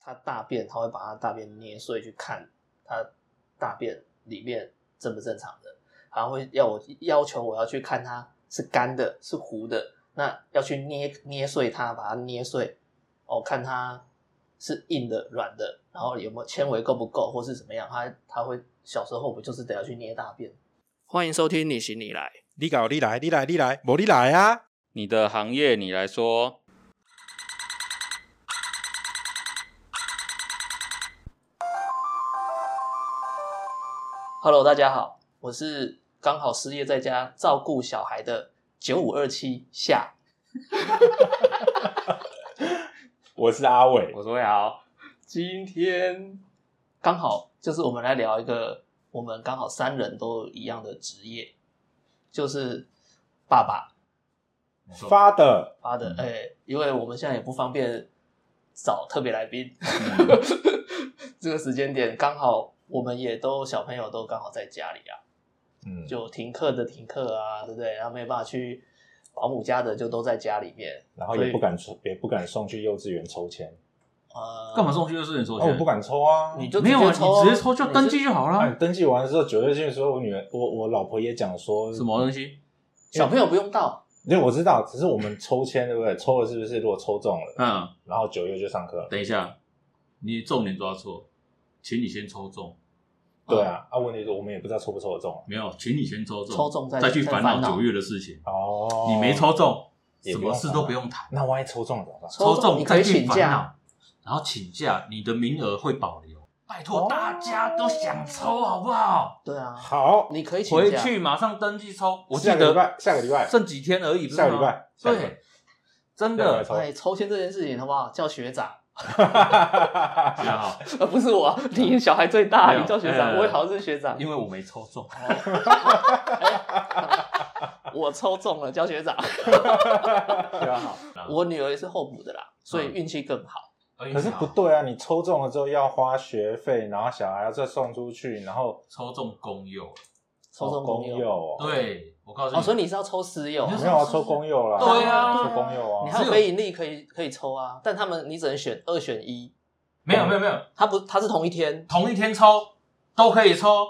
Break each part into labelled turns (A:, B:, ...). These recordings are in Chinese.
A: 它大便，它会把它大便捏碎去看它大便里面正不正常的，然后会要我要求我要去看它是干的，是糊的，那要去捏捏碎它，把它捏碎，哦，看它是硬的、软的，然后有没有纤维够不够，或是怎么样，它它会小时候我们就是得要去捏大便。
B: 欢迎收听你行你来，
C: 你搞你来，你来你来，我你来啊！
D: 你的行业你来说，
A: Hello，大家好，我是刚好失业在家照顾小孩的九五二七夏。
C: 我是阿伟，
D: 我说好，
A: 今天刚好就是我们来聊一个我们刚好三人都一样的职业，就是爸爸
C: 发的
A: 发
E: 嗯
A: 的。哎、因为我们现在也不方便找特别来宾，
C: 嗯
A: 这个时间点刚好我们也都小朋友都刚好在家里啊，
C: 嗯，
A: 就停课的停课啊，对不对？然后没办法去保姆家的就都在家里面，
C: 然后
A: 所
C: 也
A: 以
C: 不敢抽，也不敢送去幼稚园抽签。
A: 呃，
E: 干嘛？送去幼稚园收
C: 哦，
E: 钱？
C: 我不敢抽啊！
A: 你就
E: 没有啊，
A: 直接抽啊
E: 你直接抽就登
A: 你
E: 记就好
C: 哎，
E: 了。啊
C: 登记完之后，九月进的时候，我女儿，我我老婆也讲说
E: 什么东？西？
A: 小朋友不用到，
C: 因为我知道，只是我们抽签，对不对？抽了是不是？如果抽中了，
E: 嗯，
C: 然后九月就上课了。
E: 等一下，你重点抓错，请你先抽中，
C: 对啊，啊，问题是我们也不知道抽不抽得中啊。
E: 没有，请你先抽中，
A: 抽中再
E: 再去烦
A: 再烦恼
E: 恼九月的事情。
C: 哦，
E: 你没抽中，
C: 也
E: 什
C: 不用
E: 么事都不用谈，
C: 那万一抽中了怎么办？
A: 抽中
E: 中
A: 你可以
E: 再去
A: 请
E: 烦
A: 假
E: 恼，然后请假，你的名额会保留。拜
C: 哦
E: 托，大家都想抽好不好？
A: 对啊，
C: 好，
A: 你可以请
E: 回
A: 假
E: 去马上登记抽。我记
C: 下个礼
E: 得
C: 拜，下个礼拜，
E: 剩几天而已，不是啊
C: 下个
E: 吗
C: 礼拜，下个礼拜
E: 对，真
C: 下个礼拜
E: 的
C: 抽
A: 哎，抽签这件事情好不好？叫学长，
E: 家好，
A: 呃，不是我， 你小孩最大，
E: 没有
A: 你叫学
E: 哎
A: 长，我也好像是学长，
E: 因为我没抽 中。
A: 我抽中了，叫学长。
E: 家好，
A: 我女儿也是候补的啦，所以运气更好。
C: 可是不对啊！你抽中了之后要花学费，然后小孩要再送出去，然后
E: 抽中公幼，
A: 抽中
C: 公
A: 公
C: 幼
A: 幼，
C: 哦，
E: 对我告诉你，
A: 哦，所以你是要抽私幼
E: 你
A: 啊，
E: 是
C: 没有啊，抽公幼啦，
E: 对啊
C: 抽公幼
A: 你
C: 啊，
A: 还有非盈利可以可以抽啊，但他们你只能选二选一，
E: 没有没有没有，
A: 他不他是同一天，
E: 同一天抽都可以抽，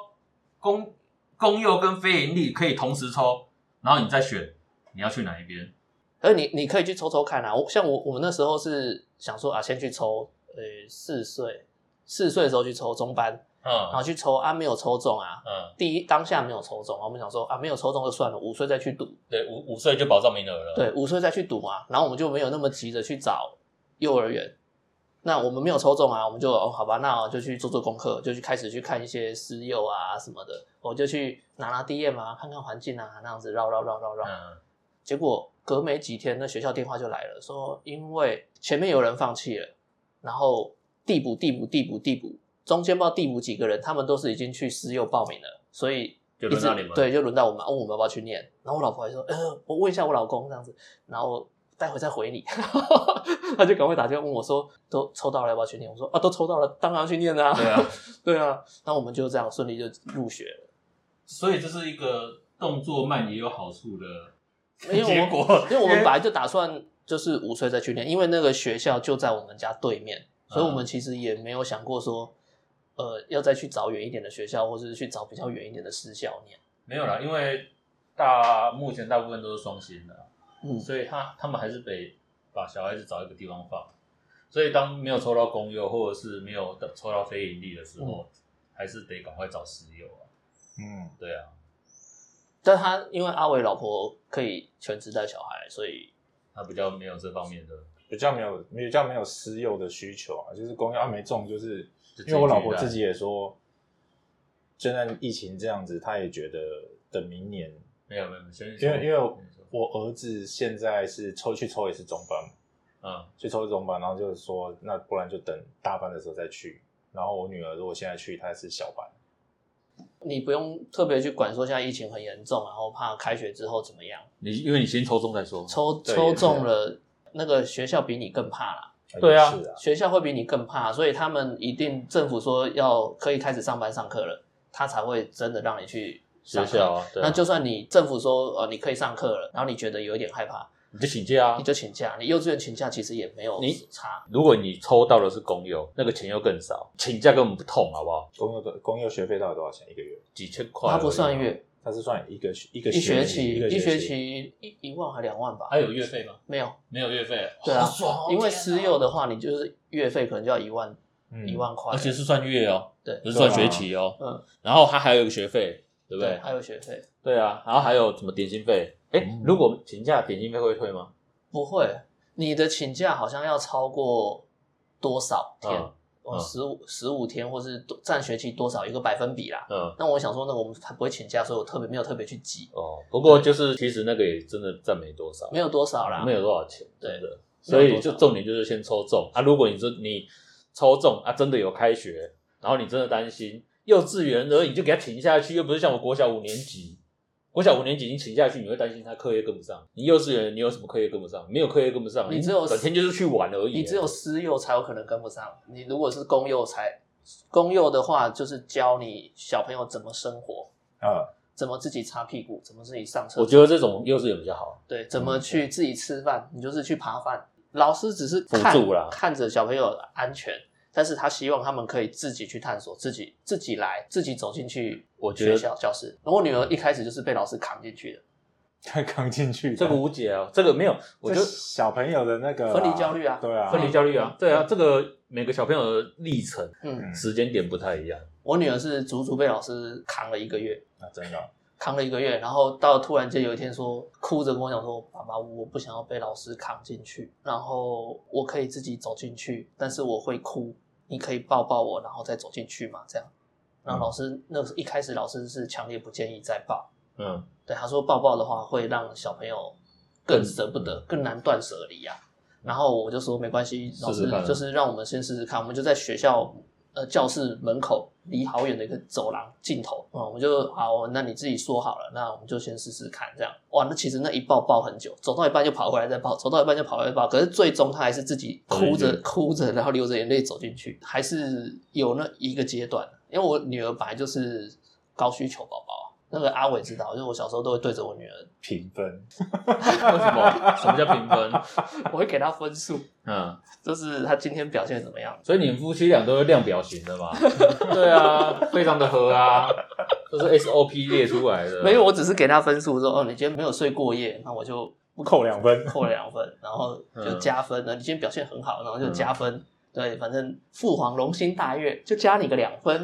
E: 公公幼跟非盈利可以同时抽，然后你再选你要去哪一边。
A: 而你你可以去抽抽看啊。我像我我们那时候是想说啊，先去抽，呃，四岁四岁的时候去抽中班，然
E: 嗯
A: 后去抽啊，没有抽中啊，
E: 嗯，
A: 第一当下没有抽中，然后我们想说啊，没有抽中就算了，五岁再去赌，
E: 对，五五岁就保障名额了。
A: 对，五岁再去赌嘛，然后我们就没有那么急着去找幼儿园。那我们没有抽中啊，我们就哦好吧，那我就去做做功课，就去开始去看一些私幼啊什么的，我就去拿拿 DM 啊，看看环境啊，那样子绕绕绕绕绕。
E: 嗯，
A: 结果隔没几天，那学校电话就来了，说因为前面有人放弃了，然后递补递补递补递补，中间不知道递补几个人，他们都是已经去私幼报名了，所以
D: 就
A: 一直
D: 轮到你们
A: 对，就轮到我们，啊问我们要不要去念。然后我老婆还说，呃，我问一下我老公这样子，然后待会再回你。 他就赶快打电话问我说，都抽到了要不要去念？我说啊，都抽到了，当然要去念啦、
E: 对啊，
A: 对啊。然后我们就这样顺利就入学了。
E: 所以这是一个动作慢也有好处的。
A: 因为我们
E: 结果
A: 因为我们本来就打算就是五岁再去念，因为那个学校就在我们家对面，所以我们其实也没有想过说，呃，要再去找远一点的学校，或是去找比较远一点的私校念。
D: 没有啦，因为大目前大部分都是双薪的，
A: 嗯，
D: 所以他他们还是得把小孩子找一个地方放。所以当没有抽到公幼，或者是没有抽到非盈利的时候，还是得赶快找私幼啊。
C: 嗯，
D: 对啊，
A: 但他因为阿伟老婆可以全职带小孩，所以
D: 他比较没有这方面的，
C: 比较没有比较没有私幼的需求啊，就是公幼啊没中，就是
D: 就自己
C: 因为我老婆
D: 去带
C: 自己也说，现在疫情这样子，她也觉得等明年，
D: 啊没有没有，先
C: 因为因为我
D: 先说
C: 我儿子现在是抽去抽也是中班嘛，
D: 嗯
C: 去抽中班，然后就是说那不然就等大班的时候再去，然后我女儿如果现在去，她是小班。
A: 你不用特别去管说现在疫情很严重，然后怕开学之后怎么样，
E: 你因为你先抽中再说，
A: 抽
C: 对
A: 抽中了那个学校比你更怕啦。
E: 对啊
C: 也是啊，
A: 学校会比你更怕，所以他们一定政府说要可以开始上班上课了，他才会真的让你去上课。
D: 啊，对啊
A: 哦那就算你政府说呃你可以上课了，然后你觉得有一点害怕，
E: 你就请假啊
A: 你。就请假，你幼稚园请假其实也没有
E: 你
A: 差，
E: 如果你抽到的是公幼，那个钱又更少，请假根本不痛，好不好？
C: 公幼的公幼学费到底多少钱一个月？
E: 几千块，啊
A: 它不算，月，
C: 它是算一个学一个
A: 一学
C: 期
A: 期
C: 一个
A: 一学
C: 学
A: 期一一万还两万吧，
E: 还有月费吗？
A: 没有，
E: 没有月费，
A: 对啊
E: 好爽哎哦
A: 因为
E: 天啊
A: 私幼的话，你就是月费可能就要一万
C: 嗯
A: 一万块，
E: 而且是算月哦，
A: 对
E: 不是算学期哦。
A: 嗯，
E: 然后它还有一个学费，对不对？
A: 还有学费，
E: 对啊，然后还有什么点心费？哎
C: 嗯，
E: 如果请假，点心费会退吗？
A: 不会，你的请假好像要超过多少天
E: 嗯？
A: 哦，
E: 嗯
A: 十五十五天，或是多占学期多少一个百分比啦。
E: 嗯，
A: 那我想说，那我们还不会请假，所以我特别没有特别去记，
E: 哦，不过就是其实那个也真的占没多少，
A: 没有多少啦。
E: 没有多少钱，
A: 对
E: 真的。
A: 没
E: 所
A: 有多
E: 以
A: 少
E: 就重点就是先抽中啊，如果你这你抽中啊，真的有开学，然后你真的担心幼稚园而已，你就给它停下去，又不是像我国小五年级。国小五年级已经停下去，你会担心他课业跟不上。你幼稚园你有什么课业跟不上？没有课业跟不上，
A: 你只有
E: 整天就是去玩而已。
A: 你只有私幼才有可能跟不上，你如果是公幼才，公幼的话就是教你小朋友怎么生活，
C: 啊，
A: 怎么自己擦屁股，怎么自己上厕
E: 我
A: 所，
E: 觉得这种幼稚园比较好。
A: 对，怎
E: 嗯
A: 么去自己吃饭，你就是去扒饭。老师只是
E: 辅
A: 看
E: 助啦
A: 看着小朋友安全，但是他希望他们可以自己去探索，自己自己来，自己走进去
E: 我觉
A: 学
E: 得
A: 校教室。我女儿一开始就是被老师扛进去的，
C: 他刚进去的
E: 这个无解啊，这个没有，我觉
C: 这
E: 得
C: 小朋友的那个啊
A: 分离焦虑啊
C: 对啊，
E: 分离焦虑啊，对啊，这个每个小朋友的历程
A: 嗯，
E: 时间点不太一样。
A: 我女儿是足足被老师扛了一个月，
C: 啊，真的哦
A: 扛了一个月，然后到突然间有一天说，哭着跟我讲说，爸爸，我不想要被老师扛进去，然后我可以自己走进去，但是我会哭，你可以抱抱我，然后再走进去嘛，这样。然后老师那一开始老师是强烈不建议再抱，
E: 嗯，
A: 对他说抱抱的话会让小朋友更舍不
E: 嗯
A: 得，更难断舍离啊。然后我就说没关系，老
E: 试
A: 师
E: 试看啊
A: 就是让我们先试试看，我们就在学校呃教室门口离好远的一个走廊尽头啊、嗯我们就好，那你自己说好了，那我们就先试试看这样。哇，那其实那一抱抱很久，走到一半就跑回来再抱，走到一半就跑回来抱，可是最终他还是自己哭着哭着，然后流着眼泪走进去，还是有那一个阶段。因为我女儿本来就是高需求宝宝啊，那个阿伟知道，就是我小时候都会对着我女儿，
C: 评分，
E: 为什么？什么叫评分？
A: 我会给她分数，
E: 嗯，
A: 就是她今天表现怎么样。
E: 所以你们夫妻俩都是量表型的嘛？ 对啊，非常的合啊，这是 SOP 列出来的。
A: 没有，我只是给她分数说，哦，你今天没有睡过夜，那我就不
C: 扣两分
A: 扣了两分，然后就加分了。你今天表现很好，然后就加分。对，反正父皇龙心大悦，就加你个两 分。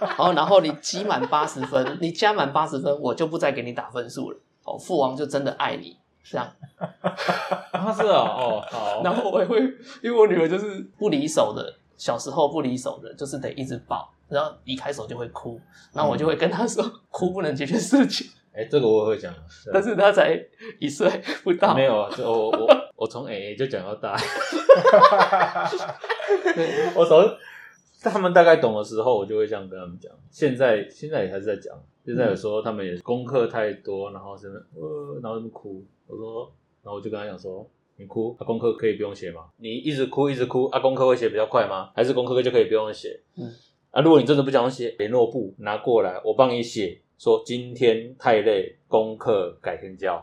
A: 然后，然后你积满八十分，你加满八十分，我就不再给你打分数了。哦，父王就真的爱你，这样。
E: 啊，是哦，哦，好，
A: 然后我也会，因为我女儿就是不离手的，小时候不离手的，就是得一直抱，然后离开手就会哭，然后我就会跟她说， 哭不能解决事情，
E: 哎，这个我也会讲，
A: 但是她才一岁不到，
E: 没 有啊，这我我我从 A 就讲到大，我从他们大概懂的时候，我就会这样跟他们讲。现在现在也还是在讲，现在有时候他们也功课太多，然后什么呃，然后他们哭，我说，然后我就跟他讲说。你哭，啊，功课可以不用写吗？你一直哭，一直哭，啊，功课会写比较快吗？还是功课就可以不用写？
A: 嗯，
E: 啊，如果你真的不想写，联络簿拿过来，我帮你写，说今天太累，功课改天交。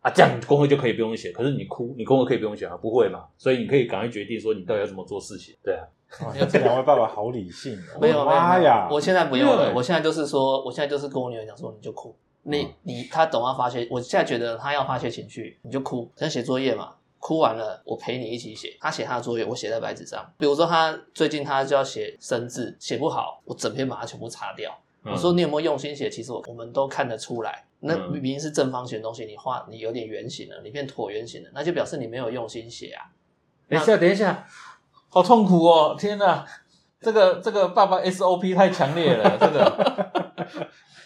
E: 啊，这样你功课就可以不用写。可是你哭，你功课可以不用写啊，不会嘛？所以你可以赶快决定说你到底要怎么做事情。对啊，
C: 哇哦这两位爸爸好理性哦，
A: 没有，没有，没有
C: 妈呀，
A: 我现在不用
E: 没有
A: 了
E: 欸，
A: 我现在就是说，我现在就是跟我女儿讲说，你就哭，你、
E: 嗯
A: 你她懂要发泄，我现在觉得她要发泄情绪，你就哭，先写作业嘛。哭完了，我陪你一起写。她写她的作业，我写在白纸上。比如说，她最近她就要写生字，写不好，我整篇把它全部擦掉。
D: 嗯
A: 我说你有没有用心写？其实我我们都看得出来，那
E: 嗯
A: 明明是正方形的东西，你画你有点圆形了，你变椭圆形了，那就表示你没有用心写啊。
E: 等一下，等一下，好痛苦哦！天哪，这个这个爸爸 SOP 太强烈了，这 个。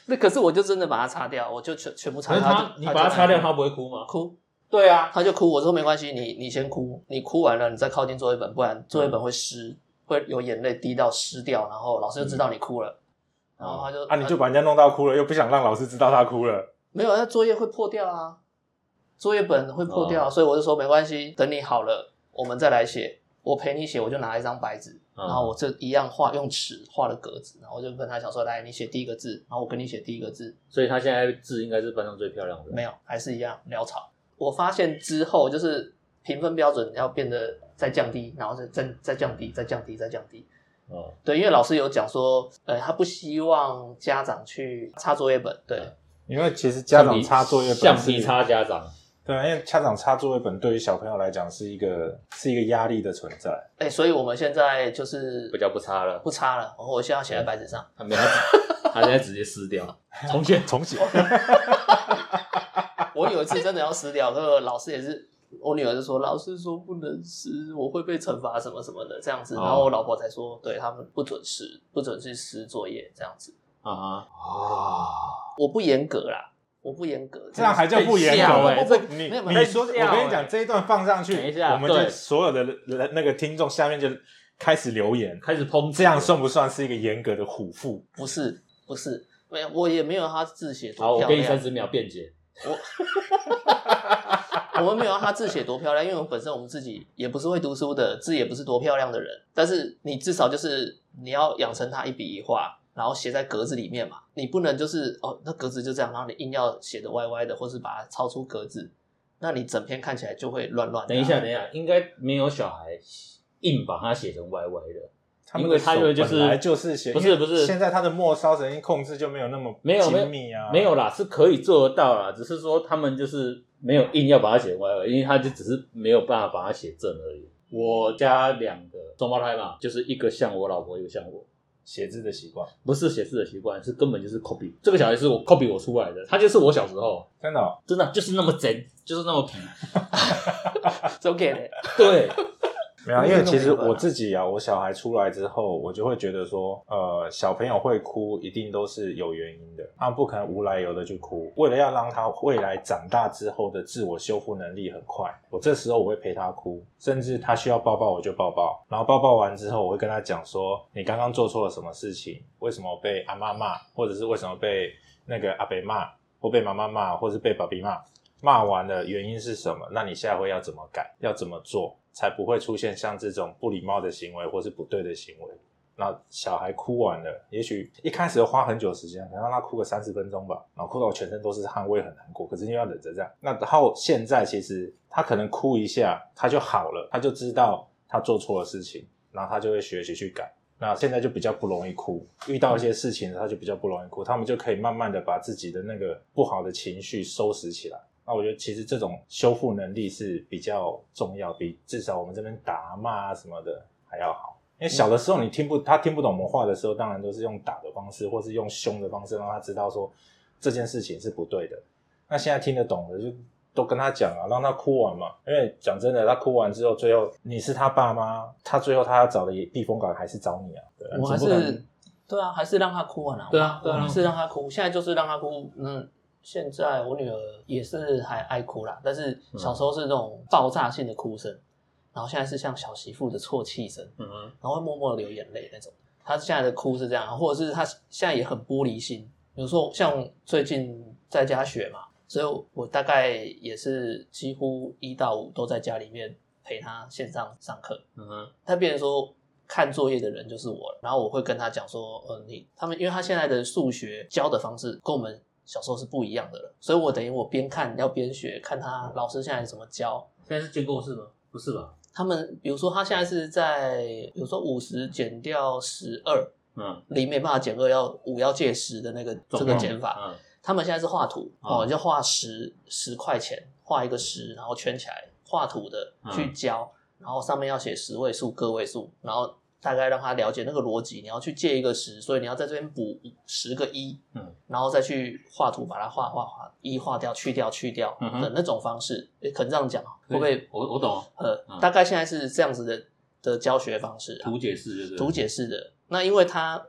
A: 那可是我就真的把它擦掉，我就全全部擦
E: 可
A: 掉。
E: 是他，
A: 就
E: 你把他擦掉，
A: 就
E: 他不会哭吗？
A: 哭，
E: 对啊，
A: 他就哭。我说没关系，你你先哭，你哭完了你再靠近作业本，不然作业本会
E: 嗯
A: 湿，会有眼泪滴到湿掉，然后老师就知道你哭了，然后他就
C: 啊，你就把人家弄到哭了，又不想让老师知道他哭了，
A: 没有，那作业会破掉啊，作业本会破掉啊，
E: 哦
A: 所以我就说没关系，等你好了，我们再来写。我陪你写，我就拿一张白纸，然
E: 嗯
A: 后我这一样画，用尺画了格子，然后我就跟他讲说，来，你写第一个字，然后我跟你写第一个字，
E: 所以他现在字应该是班上最漂亮的。
A: 没有，还是一样潦草。我发现之后，就是评分标准要变得再降低，然后再再再降低，再降低，再降低。
D: 哦，
A: 对，因为老师有讲说，呃，他不希望家长去擦作业本，对，
C: 因为其实家长擦作业本
D: 橡
C: 是
D: 皮擦家长，
C: 对，因为家长擦作业本对于小朋友来讲是一个是一个压力的存在。
A: 哎、所以我们现在就是
D: 比较不擦了，
A: 不擦了，我现在写在白纸 上，
D: 他没有，他现在直接撕 掉，重写，
C: 重 写，
A: 我有一次真的要撕掉，那个老师也是，我女儿就说老师说不能撕，我会被惩罚什么什么的这样子，
D: 哦
A: 然后我老婆才说，对他们不准撕，不准去撕作业这样子，
D: 啊哈，
C: 啊，
A: 我不严格啦，我不严格，
C: 这样还叫不严
D: 被笑
C: 格？
D: 欸
C: 这
D: 这
C: 你
A: 没有
C: 你
A: 被
C: 说，我
E: 笑
C: 跟你讲，
E: 欸
C: 这一段放上去
D: 等一，下
C: 我们
D: 对
C: 就所有的人那个听众下面就开始留言，
D: 开始抨击，
C: 这样算不算是一个严格的虎父？
A: 不是不是，没有我也没有他字写
D: 好，
A: 多
D: 我
A: 漂
D: 给你
A: 亮
D: 三，十秒辩解，
A: 我们没有他字写多漂亮，因为我们本身我们自己也不是会读书的，字也不是多漂亮的人，但是你至少就是你要养成他一笔一画，然后写在格子里面嘛，你不能就是哦，那格子就这样，然后你硬要写的歪歪的，或是把它超出格子，那你整篇看起来就会乱乱的、啊
D: 等一下，，等一 下，应该没有小孩硬把它写成歪歪的，
C: 们
D: 因
C: 的
D: 为他
C: 手
D: 以为就是
C: 本来就是写，
D: 不是
C: 因为
D: 不是
C: 现在他的末梢神经控制就没有那么
D: 没有没
C: 精密啊，
D: 有没有啦，是可以做得到啦，只是说他们就是没有硬要把它写歪歪，因为他就只是没有办法把它写正而已。我家两个双胞胎嘛，就是一个像我老婆，一个像我，
C: 写字的习惯，
D: 不是写字的习惯，是根本就是 copy。这个小孩是我 copy 我出来的，他就是我小时候
C: 真的哦
D: 真的就是那么贼，就是那么皮。
A: 就给嘞，
D: 对，
C: 没有，因为其实
A: 没办法
C: 我自己啊，我小孩出来之后，我就会觉得说，呃，小朋友会哭，一定都是有原因的，他们不可能无来由的去哭。为了要让他未来长大之后的自我修复能力很快，我这时候我会陪他哭，甚至他需要抱抱我就抱抱，然后抱抱完之后，我会跟他讲说，你刚刚做错了什么事情，为什么被阿妈骂，或者是为什么被那个阿北骂，或被妈妈骂，或是被爸比骂。骂完了原因是什么？那你下回要怎么改？要怎么做才不会出现像这种不礼貌的行为或是不对的行为？那小孩哭完了，也许一开始花很久时间，可能让他哭个三十分钟吧，然后哭到全身都是汗，我也很难过，可是又要忍着这样。那然后现在其实他可能哭一下，他就好了，他就知道他做错了事情，然后他就会学习去改。那现在就比较不容易哭，遇到一些事情他就比较不容易哭，他们就可以慢慢的把自己的那个不好的情绪收拾起来。那我觉得其实这种修复能力是比较重要，比至少我们这边打骂啊什么的还要好。因为小的时候你听不他听不懂我们话的时候，当然都是用打的方式，或是用凶的方式让他知道说这件事情是不对的。那现在听得懂的就都跟他讲啊，让他哭完嘛。因为讲真的，他哭完之后，最后你是他爸妈，他最后他要找的也避风港还是找你啊。对啊
A: 我还
C: 总不可能
A: 是对啊，还是让他哭完了、
D: 对啊对啊
A: 我还是让他哭，现在就是让他哭，嗯。现在我女儿也是还爱哭啦，但是
D: 嗯
A: 小时候是那种爆炸性的哭声，然后现在是像小媳妇的啜泣声，
D: 嗯哼，
A: 然后会默默地流眼泪那种。他现在的哭是这样，或者是他现在也很玻璃心。比如说像最近在家学嘛，所以我大概也是几乎一到五都在家里面陪他线上上课。
D: 嗯哼，
A: 他变成说看作业的人就是我了，然后我会跟他讲说，呃，你他们因为他现在的数学教的方式跟我们小时候是不一样的了，所以我等于我边看要边学，看他老师现在怎么教，
D: 现在是建构式吗？不是吧？
A: 他们比如说他现在是在，比如说五十减掉十二，
D: 嗯，
A: 零没办法减二，要五要借十的那个这
D: 总
A: 个
D: 共
A: 减法。
D: 嗯
A: 他们现在是画图
D: 嗯
A: 哦，就画十十块钱，画一个十，然后圈起来，画图的
D: 嗯
A: 去教，然后上面要写十位数、个位数，然后大概让他了解那个逻辑。你要去借一个十，所以你要在这边补十个一，
D: 嗯，
A: 然后再去画图把它画画画一画掉、去掉、去掉
D: 嗯哼
A: 的那种方式，诶可能这样讲啊会不会
D: 我我懂，
A: 呃，
D: 嗯
A: 大概现在是这样子的的教学方式、啊，
D: 图解式就是
A: 图解式的。那因为他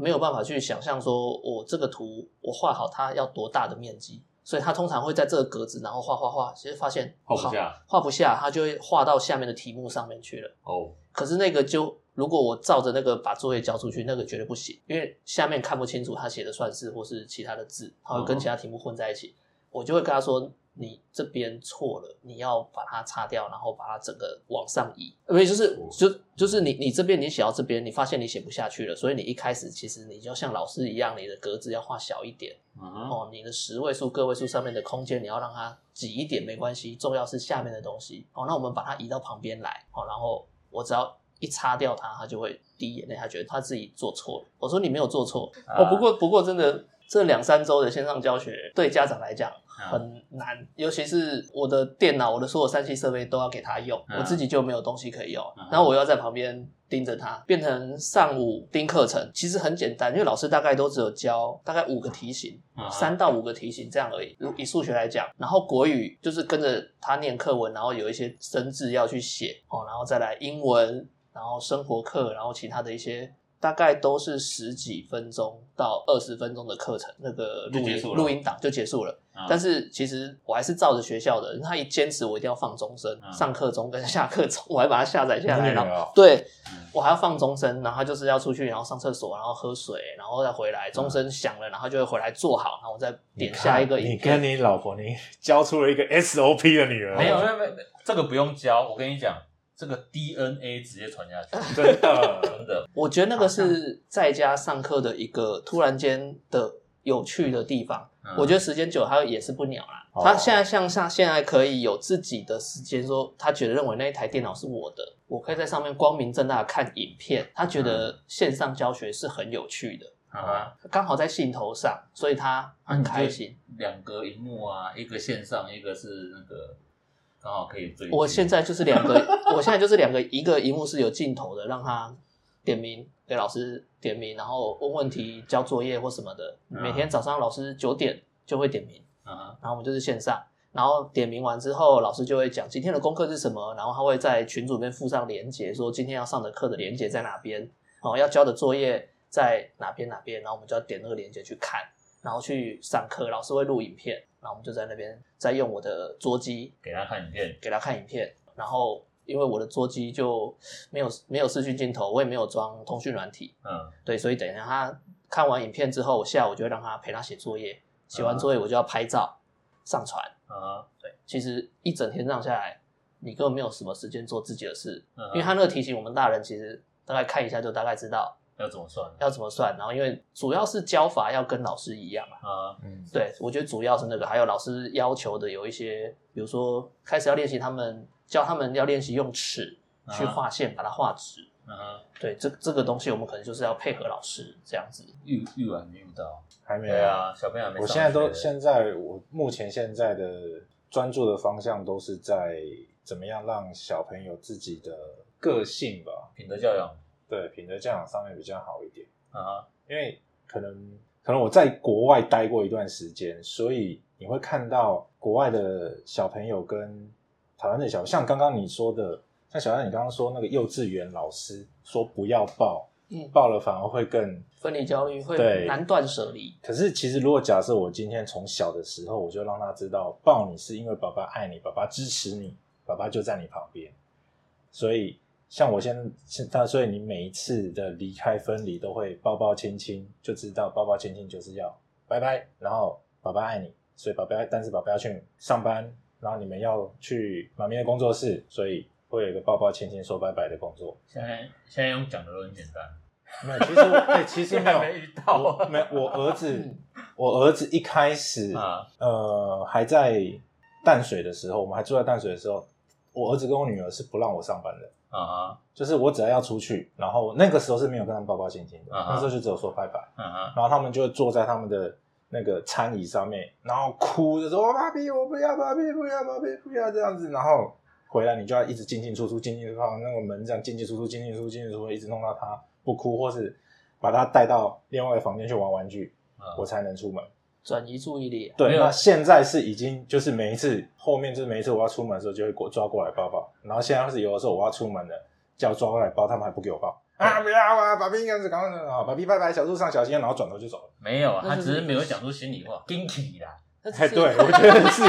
A: 没有办法去想象说我这个图我画好它要多大的面积，所以他通常会在这个格子，然后画画画，其实发现
D: 画不，下
A: 画不下，他就会画到下面的题目上面去了。
D: 哦，
A: 可是那个就如果我照着那个把作业交出去，那个绝对不行，因为下面看不清楚他写的算式或是其他的字，他会跟
D: 嗯
A: 其他题目混在一起。我就会跟他说，你这边错了，你要把它擦掉，然后把它整个往上移。所以就是就就是你你这边你写到这边，你发现你写不下去了，所以你一开始其实你就像老师一样，你的格子要画小一点
D: 啊，
A: 哦，你的十位数、个位数上面的空间你要让它挤一点没关系，重要是下面的东西哦。那我们把它移到旁边来哦，然后我只要。一擦掉它，它就会滴眼泪，他觉得他自己做错了。我说你没有做错，哦，不过不过真的，这两三周的线上教学对家长来讲
D: 啊
A: 很难，尤其是我的电脑、我的所有三 C 设备都要给他用，
D: 啊
A: 我自己就没有东西可以用
D: 啊，
A: 然后我又要在旁边盯着他，变成上午盯课程，其实很简单，因为老师大概都只有教大概五个题型，
D: 啊
A: 三到五个题型这样而已。如以数学来讲，然后国语就是跟着他念课文，然后有一些生字要去写哦，然后再来英文，然后生活课，然后其他的一些。大概都是十几分钟到二十分钟的课程，那个录
E: 就结
A: 音
E: 束了
A: 录音档就结束了。
D: 啊
A: 但是其实我还是照着学校的，因为他一坚持我一定要放钟声，
D: 嗯
A: 上课钟跟下课钟，我还把它下载下
C: 你
A: 来，
C: 女
A: 然
C: 儿
A: 后
C: 哦
A: 对
D: 嗯
A: 我还要放钟声，然后他就是要出去，然后上厕所，然后喝水，然后再回来，钟声响了，然后他就会回来坐好，然后我再点下一个
C: 你
A: 影
C: 看
A: 片。
C: 你跟你老婆，你教出了一个 SOP 的女儿，
E: 没有没有没有，这个不用教。我跟你讲，这个 DNA 直接传下 去，
C: 真的，
E: 真的。
A: 我觉得那个是在家上课的一个突然间的有趣的地方。
E: 嗯
A: 我觉
D: 得
A: 得时间久，他也是不鸟啦。
C: 哦
A: 他现在像像现在可以有自己的时间，说他觉得认为那一台电脑是我的，我可以在上面光明正大地看影片。他觉得线上教学是很有趣的，
D: 啊，
A: 刚好在兴头上，所以他
E: 啊
A: 很开心。
E: 两个荧幕啊，一个线上，一个是那个刚好可以追剧。
A: 我现在就是两个，我现在就是两个，一个荧幕是有镜头的，让他点名给老师点名，然后问问题、交作业或什么的。
D: 嗯
A: 每天早上老师九点就会点名，
D: 啊，
A: 然后我们就是线上，然后点名完之后，老师就会讲今天的功课是什么，然后他会在群组里面附上连结，说今天要上的课的连结在哪边，哦，要交的作业在哪边哪边，然后我们就要点那个连结去看，然后去上课，老师会录影片，然后我们就在那边再用我的桌机
E: 给他看影片，
A: 给他看影片，然后因为我的桌机就没有没有视讯镜头，我也没有装通讯软体，
E: 嗯，
A: 对，所以等一下他看完影片之后，我下午就会让他陪他写作业，写完作业我就要拍照上传。
E: 啊，
A: 对，其实一整天这样下来，你根本没有什么时间做自己的事，
E: 嗯
A: 因为他那个题型，我们大人其实大概看一下就大概知道
E: 要怎么算
A: 要怎么算，然后因为主要是教法要跟老师一样啊。
E: 啊？
C: 嗯，
A: 对，我觉得主要是那个，还有老师要求的有一些，比如说开始要练习他们教他们要练习用尺
C: 啊
A: 去画线，把它画直。
E: 啊，
A: 对，这这个东西我们可能就是要配合老师这样子。
E: 遇遇完没遇到？
C: 还没有
E: 对啊，小朋友还没上学。
C: 我现在都现在我目前现在的专注的方向都是在怎么样让小朋友自己的个性吧，
E: 品德教养
C: 对，品德教养上面比较好一点，
E: 啊，
C: 因为可能可能我在国外待过一段时间，所以你会看到国外的小朋友跟台湾的小，像刚刚你说的，像小安你刚刚说那个幼稚园老师说不要抱，
A: 嗯，
C: 抱了反而会更
A: 分离焦虑会
C: 对
A: 难断舍离。
C: 可是其实，如果假设我今天从小的时候我就让他知道，抱你是因为爸爸爱你，爸爸支持你，爸爸就在你旁边。所以，像我现在，他所以你每一次的离开分离都会抱抱亲亲，就知道抱抱亲亲就是要拜拜，然后爸爸爱你，所以爸爸但是爸爸要去上班，然后你们要去妈咪的工作室，所以会有一个抱抱亲亲说拜拜的工作。
E: 现在现在用讲的都很简单，
C: 没有，其实我、哎，其实没 有
E: 还没遇到嗯
C: 我没有，我儿子，我儿子一开始
E: 啊，
C: 呃还在淡水的时候，我们还住在淡水的时候，我儿子跟我女儿是不让我上班的，
E: 啊
C: 就是我只要要出去，然后那个时候是没有跟他们抱抱亲亲的，
E: 啊哈
C: 那时候就只有说拜拜，
E: 啊啊
C: 然后他们就坐在他们的。那个餐椅上面，然后哭着说：“我爸比，我不要，爸比，不要，爸比，不要这样子。”然后回来你就要一直进进出出，进进出出，那个门这样进进出出，进进出出，进进出出，一直弄到他不哭，或是把他带到另外一个房间去玩玩具，
E: 啊！
C: 我才能出门。
A: 转移注意力，
E: 没
C: 对，
E: 有
C: 那现在是已经就是每一次后面就是每一次我要出门的时候就会过抓过来抱抱，然后现在是有的时候我要出门了，叫我抓过来抱，他们还不给我抱啊！不要啊，爸比这样子赶快啊，爸比拜拜，小路上小心，然后转头就走了。
E: 没有啊，
A: 那
E: 他
A: 是
E: 只是没有讲出心里话 g i n k y 啦，
A: 那只
C: 哎，
A: 是
C: 对，我觉得 是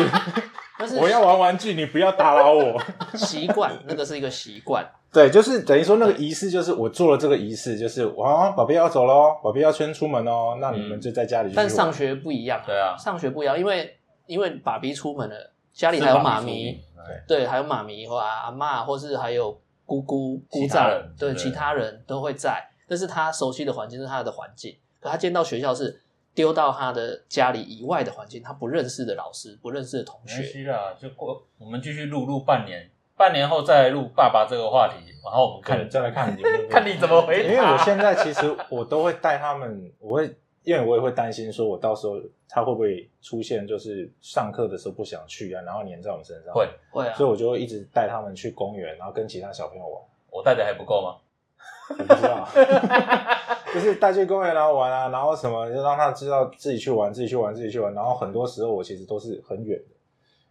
A: 那是
C: 我要玩玩具，你不要打扰我。
A: 习惯，那个是一个习惯。
C: 对，就是等于说那个仪式，就是我做了这个仪式，就是啊，宝贝要走喽，宝贝要先出门哦，那你们就在家里继续玩。
A: 但上学不一样啊，
E: 对啊
A: 上学不一样，因为因为爸比出门了，家里还有妈
E: 是
A: 咪，
E: 妈咪对
A: 对，还有妈咪或阿嬷，或是还有姑姑、姑
E: 其他
A: 丈
E: 人，
A: 对，
E: 对
A: 其他人都会在。但是他熟悉的环境是他的环境，可他进到学校是丢到他的家里以外的环境，他不认识的老师、不认识的同
E: 没关
A: 学。
E: 系啦，就过我们继续录录半年，半年后再来录爸爸这个话题，然后我们
C: 看
E: 看
C: 再来看你
E: 看你怎么回答。
C: 因为我现在其实我都会带他们，我会因为我也会担心说，我到时候他会不会出现就是上课的时候不想去啊，然后黏在我们身上。
E: 会，
A: 会啊
C: 所，以我就会一直带他们去公园，然后跟其他小朋友玩。
E: 我带的还不够吗？
C: 我不知道， 就是带去公园然后玩啊，然后什么就让他知道自己去玩，自己去玩，自己去玩。然后很多时候我其实都是很远的，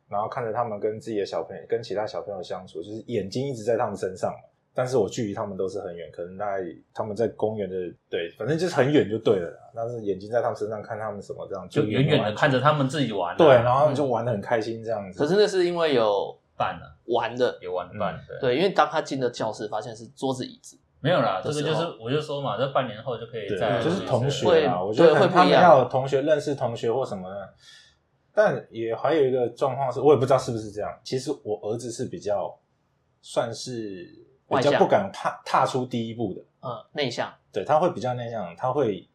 C: 然后看着他们跟自己的小朋友、跟其他小朋友相处，就是眼睛一直在他们身上，但是我距离他们都是很远，可能大概他们在公园的对，反正就是很远就对了啦。但是眼睛在他们身上看他们什么这样，
E: 就远远的看着他
C: 们
E: 们自己玩啊、
C: 有没有安全，对，然后他们就玩的很开心这样子。
A: 嗯可是那是因为有
E: 办了，
A: 玩的，
E: 也玩办，对。
A: 对，因为当他进了教室，发现是桌子、椅子，
E: 没有啦，这
A: 的
E: 个
A: 时候
E: 就是我就说嘛，这半年后就可以再
C: 对，就是同学
A: 会
C: 啊，我觉得
A: 对
C: 可
A: 会
C: 能
A: 不
C: 他们
A: 一样
C: 要有同学认识同学或什么的。但也还有一个状况是，我也不知道是不是这样。其实我儿子是比较算是比
A: 外
C: 较
A: 向
C: 不敢踏踏出第一步的，
A: 嗯，内向，
C: 对他会比较内向，他会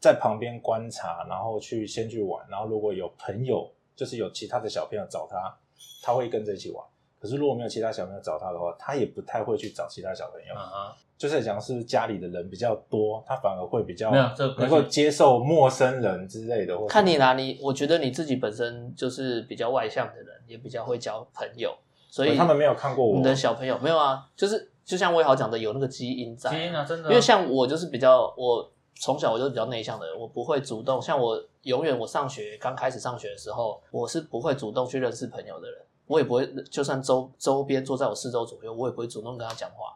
C: 在旁边观察，然后去先去玩，然后如果有朋友就是有其他的小朋友找他，他会跟着一起玩。可是如果没有其他小朋友找他的话，他也不太会去找其他小朋友。
E: 啊
A: 嗯
E: 哈，
C: 就是在讲是不是家里的人比较多，他反而会比较
E: 没有这个
C: 能够接受陌生人之类的。或
A: 看你啦，你我觉得你自己本身就是比较外向的人，也比较会交朋友，所
C: 对
A: 以
C: 哦他们没有看过我
A: 你的小朋友没有啊，就是就像魏豪讲的，有那个基因在、
E: 基因啊，真的啊，
A: 因为像我就是比较，我从小我就是比较内向的人，我不会主动。像我永远我上学刚开始上学的时候，我是不会主动去认识朋友的人，我也不会，就算周周边坐在我四周左右，我也不会主动跟他讲话。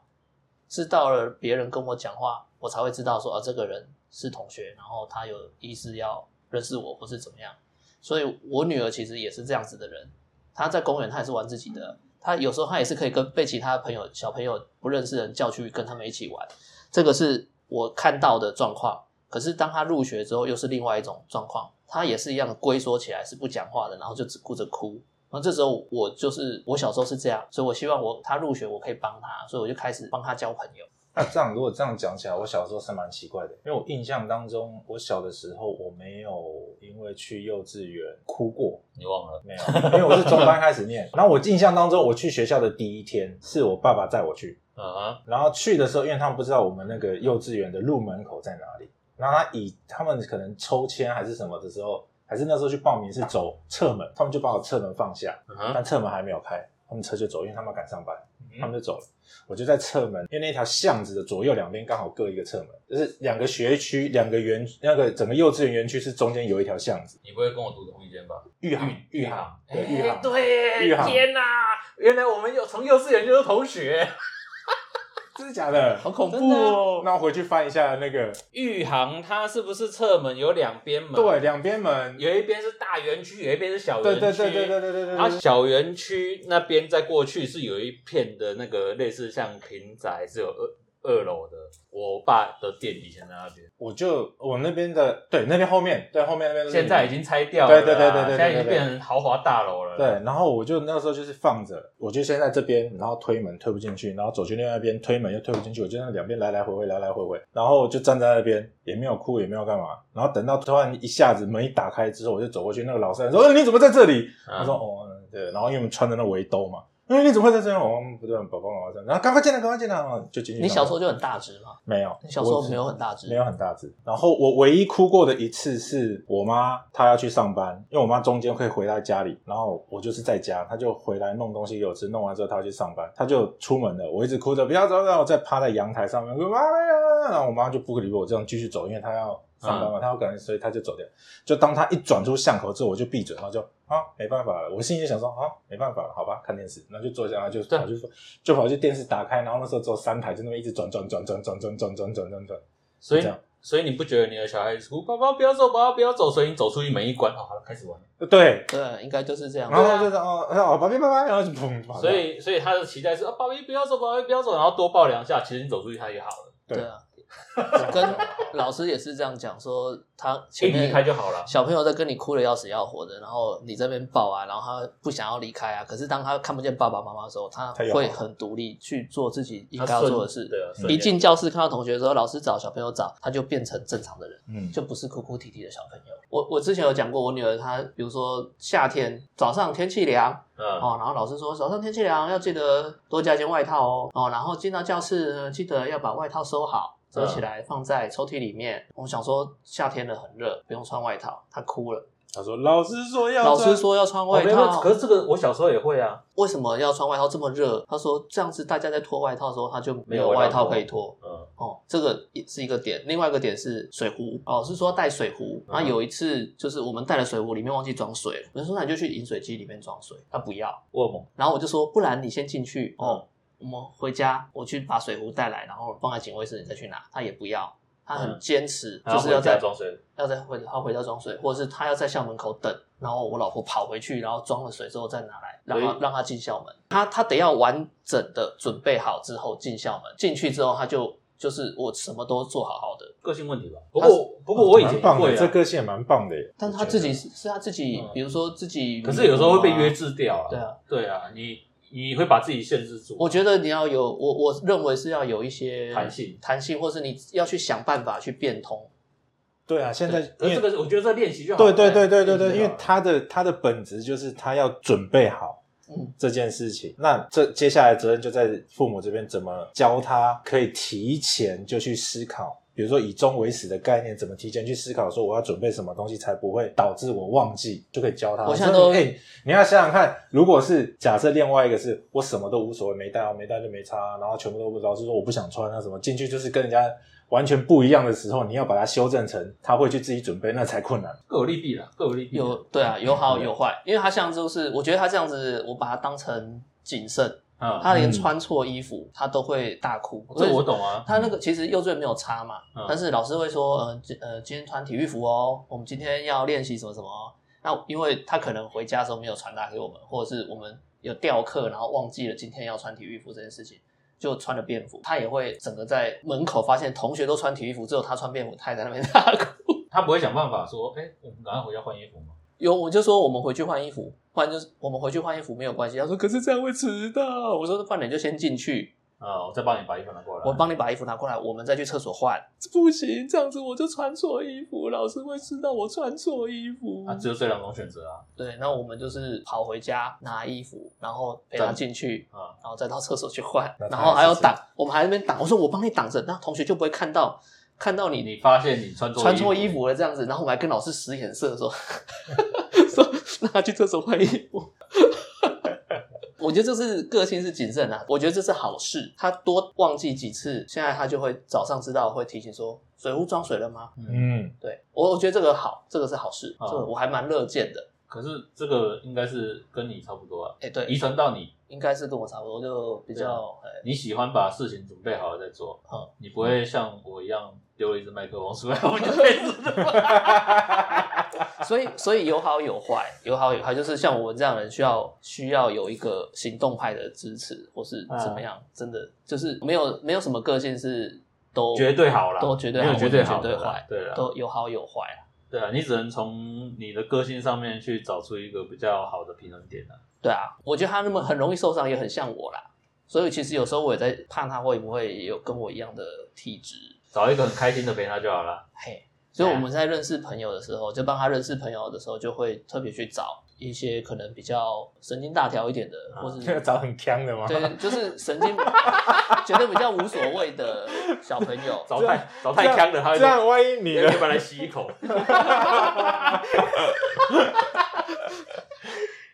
A: 是到了别人跟我讲话，我才会知道说啊，这个人是同学，然后他有意思要认识我，或是怎么样。所以，我女儿其实也是这样子的人，她在公园她也是玩自己的，她有时候她也是可以跟被其他朋友、小朋友不认识的人叫去跟他们一起玩。这个是我看到的状况。可是当他入学之后，又是另外一种状况，他也是一样龟缩起来，是不讲话的，然后就只顾着哭。那这时候我就是我小时候是这样，所以我希望我他入学我可以帮他，所以我就开始帮他交朋友。
C: 那这样如果这样讲起来，我小时候是蛮奇怪的，因为我印象当中，我小的时候我没有因为去幼稚园哭过，
E: 你忘了，
C: 没有，因为我是中班开始念。然后我印象当中，我去学校的第一天是我爸爸载我去，
E: 啊哈，
C: 然后去的时候，因为他们不知道我们那个幼稚园的入门口在哪里，然后他以他们可能抽签还是什么的时候，还是那时候去报名是走侧门，他们就把我侧门放下，
E: 啊哈，
C: 但侧门还没有开，他们车就走，因为他们要赶上班，
E: 嗯
C: 他们就走了。我就在侧门，因为那条巷子的左右两边刚好各一个侧门，就是两个学区、两个园，那个整个幼稚园园区是中间有一条巷子，
E: 你不会跟我读同一间吧？
C: 玉行
E: 玉玉行，
C: 对玉
E: 哎
C: 行，
E: 对
C: 玉行
E: 天哪！原来我们有从幼稚园就是同学，
C: 真的假的？
E: 好恐哦
A: 真的啊！
C: 那我回去翻一下那个，
E: 玉行它是不是侧门有两边门？
C: 对，，两边门，
E: 有一边是大园区，有一边是小园
C: 对
E: 区。
C: 对对对对对对对
E: 然后小园区那边在过去是有一片的那个类似像平宅，是有二二楼的。我爸的店以前在那边，
C: 我就我那边的对那边后面对后面那边
E: 现在已经拆掉了啦，
C: 对对对对对对
E: 现在已经变成豪华大楼了。
C: 对，然后我就那时候就是放着，我就先在这边，然后推门推不进去，然后走去另外一边推门又推不进去，我就在那两边来来回回来来回回，然后我就站在那边也没有哭也没有干嘛，然后等到突然一下子门一打开之后，我就走过去，那个老师还说、呃你怎么在这里？
A: 啊
E: 嗯
C: 他说哦嗯对，然后因为我们穿着那围兜嘛。嗯，你怎么会在这边？我们不对，爸爸妈妈在，然后赶快进来，赶快进来，哦就进去。
A: 你小时候就很大只嘛？
C: 没有？
A: 你小时候
C: 我
A: 没有很大只？
C: 没有很大只。然后我唯一哭过的一次是我妈她要去上班，因为我妈中间会回到家里，然后我就是在家，她就回来弄东西给我吃，弄完之后她要去上班，她就出门了。我一直哭着不要走，然后我再趴在阳台上面，我妈呀，然后我妈就不理我，这样继续走，因为她要。上班嘛，她要赶，所以她就走掉。就当她一转出巷口之后，我就闭嘴，然后就啊，没办法了。我心里就想说啊，没办法了，好吧，看电视，然后就坐下来，就
E: 对
C: 跑去就跑去电视打开，然后那时候只有三台，就那么一直转转转转转转转转转转转，
E: 所以
C: 这样
E: 所以你不觉得你的小孩子哦哭，爸爸不要走，爸爸不要走，所以你走出去门一关，哦，好了，开始玩了。
C: 对，
A: 对，应该就是这样
C: 然。后就是哦哦，拜拜拜拜，然后就砰，跑掉
E: 啊所以所以他的期待是，啊，爸爸不要走，爸爸不要走，然后多抱两下，其实你走出去他也好了。
A: 对啊，跟老师也是这样讲说，他前
E: 一离
A: 面
E: 开就好了。
A: 小朋友在跟你哭的要死要活的，然后你这边抱啊，然后他不想要离开啊。可是当他看不见爸爸妈妈的时候，他
C: 他就好
A: 会
C: 了
A: 很独立去做自己应
E: 他
A: 该要
E: 顺
A: 做的事。
E: 对啊顺
A: 一
E: 眼
A: 进教室看到同学的时候，老师找小朋友找，他就变成正常的人。
C: 嗯，
A: 就不是哭哭啼啼的小朋友。我我之前有讲过，我女儿她，比如说夏天早上天气凉
E: 嗯，
A: 哦，然后老师说早上天气凉要记得多加件外套哦哦，然后进到教室呢，记得要把外套收好，折
E: 嗯
A: 起来放在抽屉里面。我想说夏天了很热，不用穿外套，她哭了。
C: 他说老师说要
A: 老
C: 穿
A: 师说要穿
E: 哦
A: 外
E: 没有没有
A: 套，
E: 可是这个我小时候也会啊。
A: 为什么要穿外套这么热？她说这样子大家在脱外套的时候，她就没有
E: 没有
A: 外
E: 外套
A: 套可以脱。
E: 嗯，
A: 哦，这个也是一个点，另外一个点是水壶哦，是说带水壶。那、
E: 嗯
A: 有一次就是我们带了水壶，里面忘记装水了，我就说那你就去饮水机里面装水，他不要，
E: 沃蒙
A: 然后我就说不然你先进去
E: 嗯
A: 哦，我们回家我去把水壶带来，然后放在警卫室，你再去拿，他也不要，他很
E: 嗯
A: 坚持，
E: 他
A: 就是
E: 回
A: 要
E: 家
A: 在
E: 装水，
A: 要在回他回家装水，或者是他要在校门口等，然后我老婆跑回去，然后装了水之后再拿来，让
E: 所
A: 他
E: 以
A: 让他进校门。他他得要完整的准备好之后进校门，进去之后他就就是我什么都做好好的，
E: 个性问题吧。不过不过我以前
C: 蛮棒
E: 会
C: 的，
E: 啊，
C: 这个性也蛮棒的耶。
A: 但是他
C: 我觉
A: 自
C: 得
A: 己是是他自己，
E: 嗯
A: 比如说自己，
E: 可是有时候会被约制掉啊。
A: 对啊，
E: 对啊，你你会把自己限制住。
A: 我觉得你要有我我认为是要有一些
E: 弹性
A: 弹性，或是你要去想办法去变通。
C: 对啊，现在
E: 对可是
C: 因
E: 这
C: 为
E: 个我觉得这练习就好
C: 对
E: 了。
C: 对对对对对，
E: 练习就好了
C: 因为他的他的本质就是他要准备好
A: 嗯
C: 这件事情，那这接下来责任就在父母这边，怎么教他可以提前就去思考。比如说以终为始的概念，怎么提前去思考，说我要准备什么东西才不会导致我忘记，就可以教他。
A: 我现在都
C: 哎、你要想想看，如果是假设另外一个是我什么都无所谓，没带啊，没带就没差啊、然后全部都不知道，是说我不想穿啊什么，进去就是跟人家完全不一样的时候，你要把它修正成他会去自己准备，那才困难。
E: 各有利弊啦，各有利弊啦。
A: 有对
E: 嗯
A: 啊，有好有坏，因为他像就是我觉得他这样子，我把他当成谨慎。
E: 啊，
A: 他连穿错衣服，他都会大哭。
E: 这我。懂啊。
A: 他那个其实幼稚园没有差嘛，
E: 嗯
A: 但是老师会说，呃今呃，今天穿体育服哦，我们今天要练习什么什么哦。那因为他可能回家的时候没有传达给我们，或者是我们有调课，然后忘记了今天要穿体育服这件事情，就穿了便服。他也会整个在门口发现同学都穿体育服，只有他穿便服，他也在那边大哭。
E: 他不会想办法说，哎，我们赶快回家换衣服吗？
A: 有，我就说我们回去换衣服，不然就是我们回去换衣服没有关系。他说可是这样会迟到。我说那你就先进去，
E: 啊，我再帮你把衣服拿过来。
A: 我帮你把衣服拿过来，我们再去厕所换。不行，这样子我就穿错衣服，老师会知道我穿错衣服
E: 啊，只有这两种选择啊。
A: 对，那我们就是跑回家拿衣服，然后陪他进去，
E: 啊，
A: 然后再到厕所去换
C: 那，他
A: 然后还有
C: 还是
A: 挡，我们还在那边挡。我说我帮你挡着，那同学就不会看到看到你
E: 你发现你穿错
A: 穿错衣，服了这样子，然后我们还跟老师使眼色说 说让他去厕所换衣服。 我觉得这是个性是谨慎啊，我觉得这是好事。他多忘记几次，现在他就会早上知道会提醒说水壶装水了吗？
C: 嗯，
A: 对我我觉得这个好，这个是好事，
E: 啊
A: 这个我还蛮乐见的。
E: 可是这个应该是跟你差不多啊，
A: 哎、对，
E: 遗传到你，
A: 应该是跟我差不多，就比较哎
E: 你喜欢把事情准备好了再做，
A: 嗯
E: 你不会像我一样丢了一只麦克风出来，我就开始。
A: 所以，所以有好有坏，有好有坏，就是像我这样的人需要需要有一个行动派的支持，或是怎
E: 嗯
A: 么样，真的就是没有没有什么个性是都
E: 绝对好啦，
A: 都绝对
E: 没
A: 好，
E: 有绝对好
A: 或者
E: 的
A: 绝对
E: 啦
A: 坏，
E: 对啦，
A: 都有好有坏啊。
E: 对啊，你只能从你的个性上面去找出一个比较好的平衡点啊。
A: 对啊，我觉得他那么很容易受伤，也很像我啦。所以其实有时候我也在怕他会不会有跟我一样的体质。
E: 找一个很开心的陪他就好了。
A: 嘿，所以
E: 啊
A: 我们在认识朋友的时候，就帮他认识朋友的时候，就会特别去找一些可能比较神经大条一点的，或 是
C: 这个找很强的吗？
A: 对，就是神经觉得比较无所谓的小朋友。
E: 找
C: 这样
E: 太找太强的，他会啊
C: 这
E: 说
C: 样，万一你
E: 你
C: 的
E: 要不要来吸一口？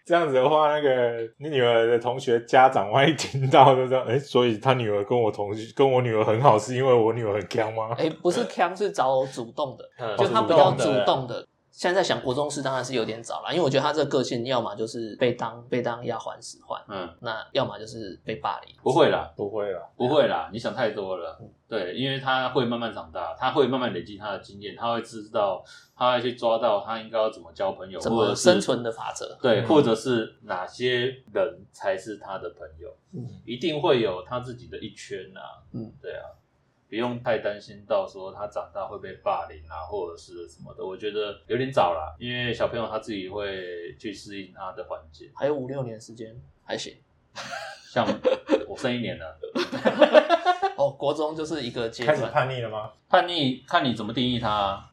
C: 这样子的话，那个你女儿的同学家长万一听到就这样，哎、所以他女儿跟我同学跟我女儿很好，是因为我女儿很强吗？
A: 哎、不是强，是找我主动的，
E: 嗯
A: 就他比较
E: 主
A: 主
E: 动的
A: 动的。现在想国中是当然是有点早了，因为我觉得他这个个性，要么就是被当被当丫鬟使唤，
E: 嗯，
A: 那要么就是被霸凌。
E: 不会啦，
C: 不会了，
E: 不会啦，你想太多了。对，因为他会慢慢长大，他会慢慢累积他的经验，他会知道，他会去抓到他应该要怎么交朋友，
A: 怎
E: 或
A: 么
E: 者是
A: 生存的法则？
E: 对，
C: 嗯
E: 或者是哪些人才是他的朋友，
A: 嗯
E: 一定会有他自己的一圈啊。
A: 嗯，
E: 对啊，不用太担心到说他长大会被霸凌啊，或者是什么的。我觉得有点早啦，因为小朋友他自己会去适应他的环境。
A: 还有五六年时间，还行。
E: 像我剩一年 了，
A: 哦，国中就是一个阶
C: 开始
A: 段，
C: 叛逆了吗？
E: 叛逆看你怎么定义他、啊。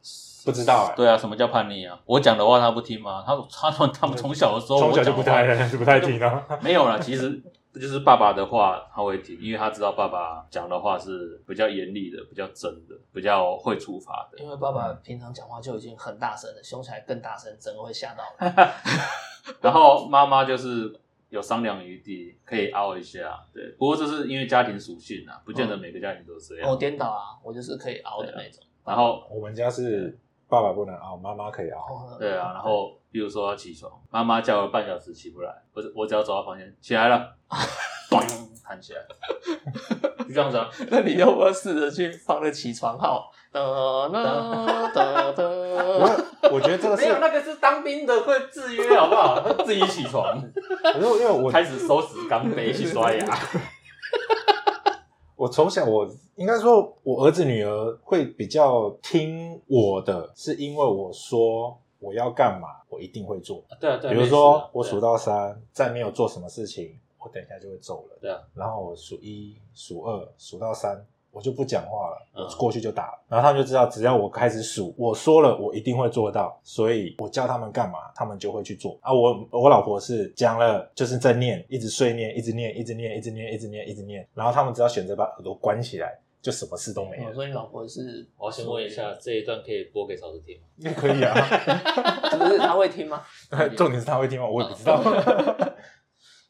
C: 不知道哎、
E: 对啊，什么叫叛逆啊？我讲的话他不听吗？他他们他们从小的时候，
C: 从小就
E: 我
C: 不
E: 讲的话
C: 太 不太听啊。
E: 没有啦，其实就是爸爸的话他会听，因为他知道爸爸讲的话是比较严厉的、比较真的、比较会处罚的。
A: 因为爸爸平常讲话就已经很大声了，凶起来更大声，真的会 吓到哦人。
E: 然后妈妈就是有商量余地，可以凹一下。对，不过这是因为家庭属性啊，不见
C: 嗯
E: 得每个家庭都这样。
A: 我颠倒啊，我就是可以熬的那种。
E: 然后
C: 我们家是爸爸不能熬，妈妈可以熬。
A: 哦
E: 对啊，然后比如说要起床，妈妈叫了半小时起不来，我只我只要走到房间起来 了，嘣弹起来，就这样 子啊。
A: 那你要不要试着去放个起床号？呃哒 哒哒哒。
C: 我我觉得这个是
E: 没，有，那个是当兵的会制约，好不好？会 自己起床，
C: 可是因为我
E: 开始收拾钢杯去刷牙。
C: 我从小我应该说，我儿子女儿会比较听我的，是因为我说我要干嘛，我一定会做。
E: 对啊，对
C: 比
E: 啊。
C: 如
E: 类似
C: 说
E: 啊
C: 我数，到三，再没有做什么事情，我等一下就会走人。
E: 对啊，
C: 然后我数一、数二、数到三，我就不讲话了，
E: 嗯
C: 我过去就打了。然后他们就知道，只要我开始数，我说了，我一定会做到。所以我叫他们干嘛，他们就会去做啊。我我老婆是讲了，就是在念，一直碎念，一直念，一直念，一直念，一直念，一直念。然后他们只要选择把耳朵关起来，就什么事都没
A: 哦
C: 了。
A: 所以你老婆是，
E: 我要先问一下，这一段可以播给嫂子听吗？
C: 也可以啊，
A: 不是她会听吗？
C: 重点是他会听吗？我也不知道。
E: 啊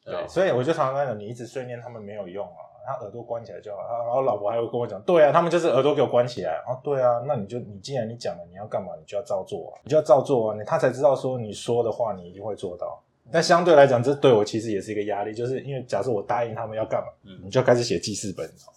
E: 对啊，
C: 所以我就常常跟他讲，你一直碎念他们没有用啊，他耳朵关起来就好。然后老婆还会跟我讲，对啊，他们就是耳朵给我关起来。哦，对啊，那你就你既然你讲了你要干嘛，你就要照做啊，你就要照做啊，你他才知道说你说的话你一定会做到。但相对来讲，这对我其实也是一个压力，就是因为假设我答应他们要干嘛，你
E: 嗯，
C: 就要开始写记事本。哦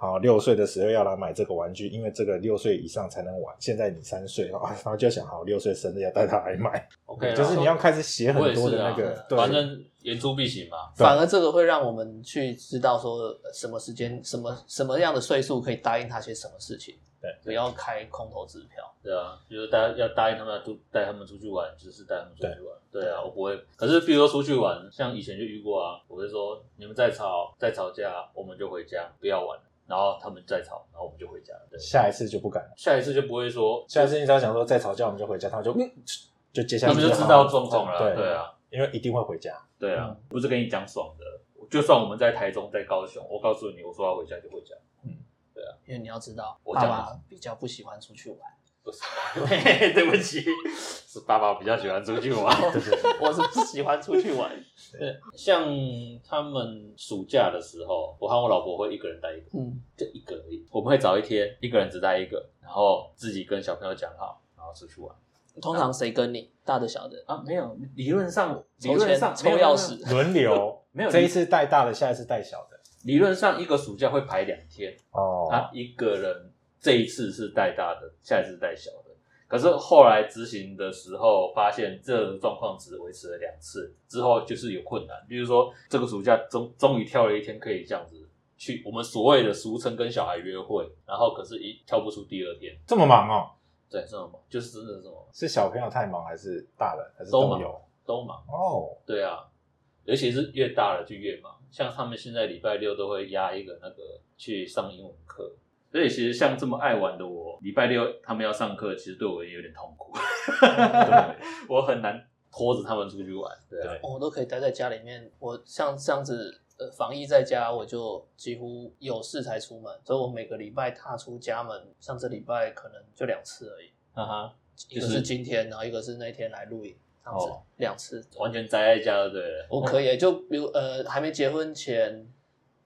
C: 好，六岁的时候要来买这个玩具，因为这个六岁以上才能玩。现在你三岁啊，然后就想好六岁生日要带他来买，
E: OK 啦
C: 就是你要开始写
E: 啊我
C: 很
E: 也
C: 多
E: 是
C: 的那
E: 啊
C: 个，，对
E: 反正言出必行嘛。
C: 对
A: 反而这个会让我们去知道说呃什么时间、什么什么样的岁数可以答应他些什么事情，
C: 对，
A: 不要开空头支票。
E: 对啊，就是大家要答应他们要出带他们出去玩，就是带他们出去玩。对啊，我不会。可是比如说出去玩，像以前就遇过啊，我会说你们再吵再吵架，我们就回家，不要玩了。然后他们再吵，然后我们就回家。对，
C: 下一次就不敢了。
E: 下一次就不会说，
C: 下次你只要想说再吵架，我们就回家，他们就嗯，就接下
E: 他
C: 来
E: 们就知道状况了。
C: 对
E: 对啊，，
C: 因为一定会回家。
E: 对啊，不是跟你讲爽的，就算我们在台中，在高雄，我告诉你，我说要回家就回家，
A: 因为你要知道，
E: 我
A: 爸
E: 讲
A: 爸比较不喜欢出去玩。
E: 不是， 对不起，是爸爸比较喜欢出去 玩。
C: 对对对，
A: 我是不喜欢出去玩。
E: 对，像他们暑假的时候，我和我老婆会一个人待一个，
A: 嗯，
E: 就一个而已。我们会找一天，一个人只待一个，然后自己跟小朋友讲好，然后出去玩
A: 通常谁跟你大的小的？
E: 啊。没有，理论上，理
A: 抽
E: 论
A: 签
E: 上
A: 抽
E: 没有
A: 钥
E: 没有
A: 匙，
C: 轮流，
E: 没有
C: 这一次带大的，下一次带小的。
E: 理论上一个暑假会排两天，
C: 哦，
E: 他一个人这一次是带大的，下一次带小的。可是后来执行的时候，发现这种状况只维持了两次，之后就是有困难。比如说这个暑假终终于挑了一天可以这样子去，我们所谓的俗称跟小孩约会，然后可是一挑不出第二天，
C: 这么忙哦，
E: 对，这种就是真的是这种
C: 是小朋友太忙还是大人还是
E: 都
C: 都
E: 忙
C: 有？
E: 都忙。
C: 哦，
E: 对啊，尤其是越大了就越忙。像他们现在礼拜六都会压一个那个去上英文课，所以其实像这么爱玩的我，礼拜六他们要上课，其实对我也有点痛苦。嗯 我很难拖着他们出去玩。对啊，
C: 对
A: 哦我都可以待在家里面。我像这样子，呃，防疫在家，我就几乎有事才出门，所以我每个礼拜踏出家门，像这礼拜可能就两次而已，
E: 哈啊哈，
A: 一个是今天，然后一个是那天来录影，这样子
E: 哦
A: 两次。
E: 完全宅在家就对了。
A: 我可以，就比如呃，还没结婚前，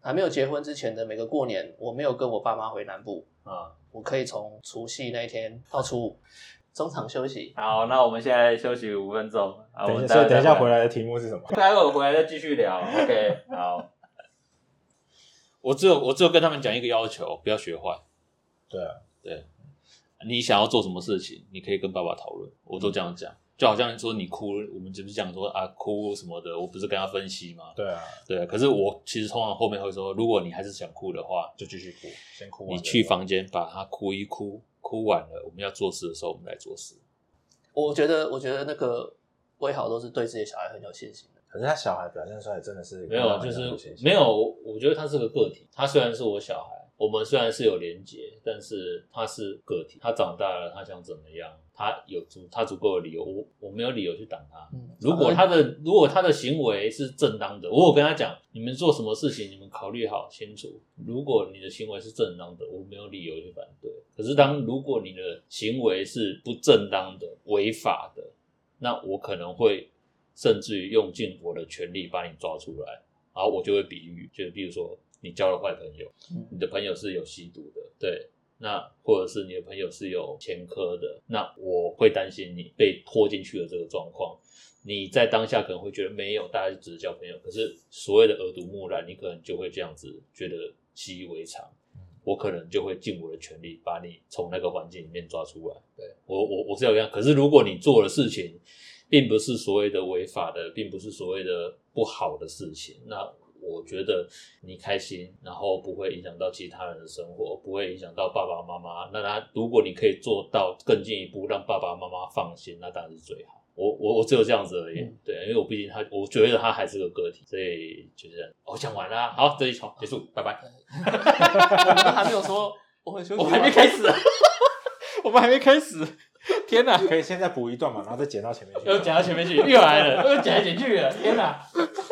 A: 还没有结婚之前的每个过年，我没有跟我爸妈回南部，
E: 啊、
A: 我可以从除夕那一天到初五中场休息，
E: 好，那我们现在休息五分钟啊，我
C: 等一
E: 们
C: 下，所以等一下回
E: 来。
C: 来的题目是什么？
E: 待会回来再继续聊。OK，好。 我只有我只有跟他们讲一个要求，不要学坏。
C: 对啊，
E: 对，你想要做什么事情，你可以跟爸爸讨论。我都这样讲，就好像说你哭，我们只是讲说啊哭什么的，我不是跟他分析吗？
C: 对啊，
E: 对啊，可是我其实通常后面会说，如果你还是想哭的话，就继续哭，
C: 先哭完
E: 你
C: 再
E: 去
C: 说
E: 房间把它哭一哭，哭完了，我们要做事的时候，我们来做事。
A: 我觉得，我觉得那个威豪都是对自己的小孩很有信心的。
C: 可是他小孩表现出来真的是
E: 没有，
C: 让
E: 就
C: 人家不
E: 是
C: 信心
E: 没有。我我觉得他是个个体，他虽然是我小孩，我们虽然是有连结，但是他是个体，他长大了，他想怎么样，他有足他足够的理由，我我没有理由去挡他。
A: 嗯，
E: 如果他的如果他的行为是正当的，我有跟他讲，你们做什么事情，你们考虑好清楚。如果你的行为是正当的，我没有理由去反对。可是当如果你的行为是不正当的、违法的，那我可能会甚至于用尽我的权利把你抓出来，然后我就会比喻，就比如说你交了坏朋友，
A: 嗯
E: 你的朋友是有吸毒的，对。那或者是你的朋友是有前科的，那我会担心你被拖进去的这个状况，你在当下可能会觉得没有，大家就只是交朋友。可是所谓的耳濡目染，你可能就会这样子觉得习以为常。我可能就会尽我的全力把你从那个环境里面抓出来。对我，我我是要这样。可是如果你做的事情，并不是所谓的违法的，并不是所谓的不好的事情，那我觉得你开心，然后不会影响到其他人的生活，不会影响到爸爸妈妈。那他如果你可以做到更进一步，让爸爸妈妈放心，那当然是最好。我我我只有这样子而已，
A: 嗯
E: 对，啊因为我毕竟他，我觉得他还是个个体，所以就是这样我、讲完啦，好，这一场结束，拜拜。
A: 我们还没有说，我很休息，
E: 我还没，开始、啊， 我们还没开始，天哪！
C: 可以现在补一段嘛，然后再剪到前面去。
E: 又讲到前面去，又来了，又讲来讲去了，天哪！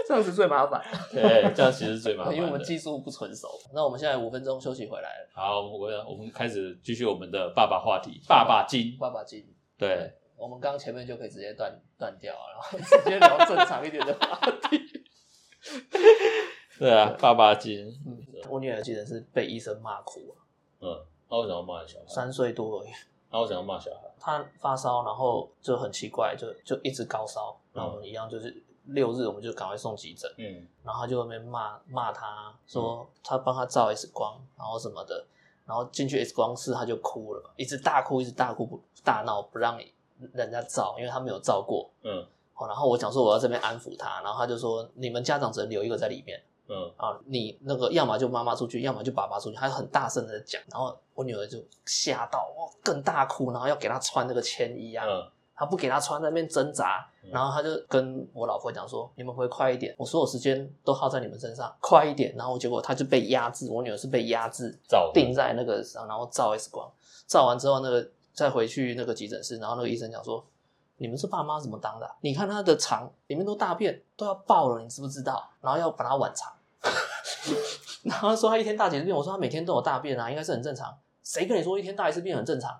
A: 这样子最麻烦，
E: 对，这样其实最 麻烦的。
A: 因为我们技术不纯熟。那我们现在五分钟休息回来了，
E: 好，我们我要我们开始继续我们的爸爸话题，爸爸经。
A: 爸爸进。
E: 对，
A: 我们刚前面就可以直接断断掉，啊然后直接聊正常一点的话题。
E: 对啊，爸爸经。
A: 嗯， 我女儿记得是被医生骂哭、啊，
E: 嗯，那为什么要骂小孩？
A: 三岁多而已，
E: 那为什么要骂小孩？
A: 她发烧，然后就很奇怪，就就一直高烧，然后我们一样就是六日我们就赶快送急诊，
E: 嗯
A: 然后她就在那边骂骂她，说她帮她照 X 光，然后什么的，然后进去 X 光室她就哭了，一直大哭，一直大哭不大闹，不让人家照，因为她没有照过。
E: 嗯
A: 哦，然后我讲说我要这边安抚她，然后她就说你们家长只能留一个在里面。
E: 嗯，
A: 啊，你那个要么就妈妈出去，要么就爸爸出去，他很大声的讲，然后我女儿就吓到，哇，更大哭，然后要给她穿那个铅衣啊，
E: 嗯
A: 她不给她穿，在那边挣扎
E: 嗯，
A: 然后她就跟我老婆讲说，你们回快一点，我所有时间都耗在你们身上，快一点，然后结果她就被压制，我女儿是被压制，
E: 照的
A: 定在那个，然后照 X 光，照完之后那个再回去那个急诊室，然后那个医生讲说，你们这爸妈怎么当的啊、你看他的肠里面都大便，都要爆了，你知不知道？然后要把它晚肠， 然后说他一天大几次便，我说他每天都有大便啊，应该是很正常。谁跟你说一天大一次便很正常？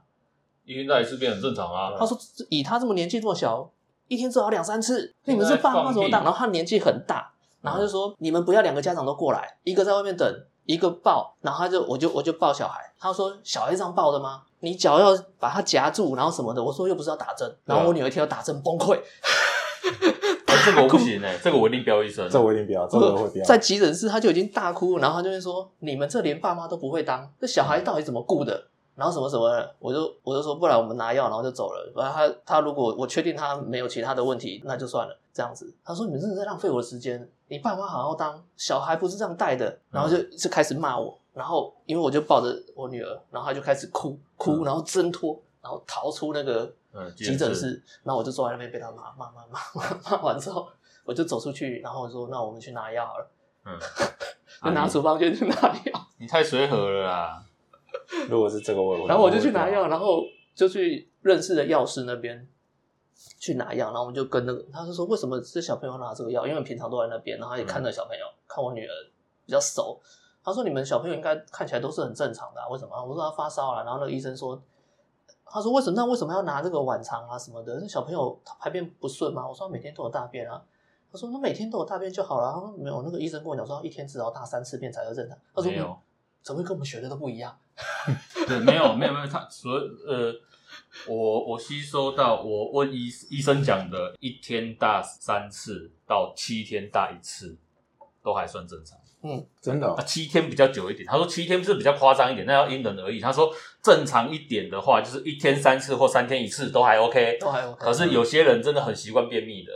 E: 一天到一次变很正常啊。
A: 他说以他这么年纪这么小，一天至少两三次，你们是爸妈怎么当？
E: 放屁
A: 然后他年纪很大，然后他就说、你们不要两个家长都过来，一个在外面等，一个抱，然后他就我就我就抱小孩，他说小孩这样抱的吗？你脚要把它夹住，然后什么的。我说又不是要打针，然
E: 啊
A: 后我女儿一听到打针崩溃，
E: 哎这个我不行 哎，这个我一定飙一声。
C: 这我一定不要，这个我会不要。
A: 在急诊室他就已经大哭，然后他就会说：“你们这连爸妈都不会当，这小孩到底怎么顾的？”然后什么什么的，我就我就说，不然我们拿药，然后就走了。然后他他如果我确定他没有其他的问题，那就算了，这样子。他说你们真的在浪费我的时间，你爸妈好好当，小孩不是这样带的。然后就就开始骂我，然后因为我就抱着我女儿，然后他就开始哭哭，然后挣脱，然后逃出那个
E: 嗯
A: 急诊
E: 急诊室
A: 室，然后我就坐在那边被他骂骂骂骂骂骂完之后，我就走出去，然后我说那我们去拿药好了。
E: 嗯，
A: 就拿处方笺去拿药，
E: 你太随和了啦。
C: 如果是这个我，会
A: 然后我就
E: 哦
A: 去
E: 啊
A: 拿药，。然后就去认识的药师那边去拿药，然后我们就跟那个，他就说为什么这小朋友拿这个药？因为平常都在那边，然后他也看着小朋友，看我女儿比较熟，他说你们小朋友应该看起来都是很正常的、啊，为什么？我说他发烧了、啊然后那个医生说，他说为什么？那为什么要拿这个晚肠啊什么的？那小朋友他排便不顺吗？我说他每天都有大便啊。他说：“那每天都有大便就好了。”他说：“没有，那个医生跟我讲说，一天至少大三次便才叫正常。”他说：“嗯
E: 没有，
A: 怎么会跟我们学的都不一样？
E: 对，没有没有没有，他所呃，我我吸收到我问医医生讲的，一天大三次到七天大一次，都还算正常。
C: 真的哦、
E: 啊，七天比较久一点。他说七天是比较夸张一点，那要因人而异。他说正常一点的话，就是一天三次或三天一次都还 OK。
A: 都还 OK
E: 可是有些人真的很习惯便秘的，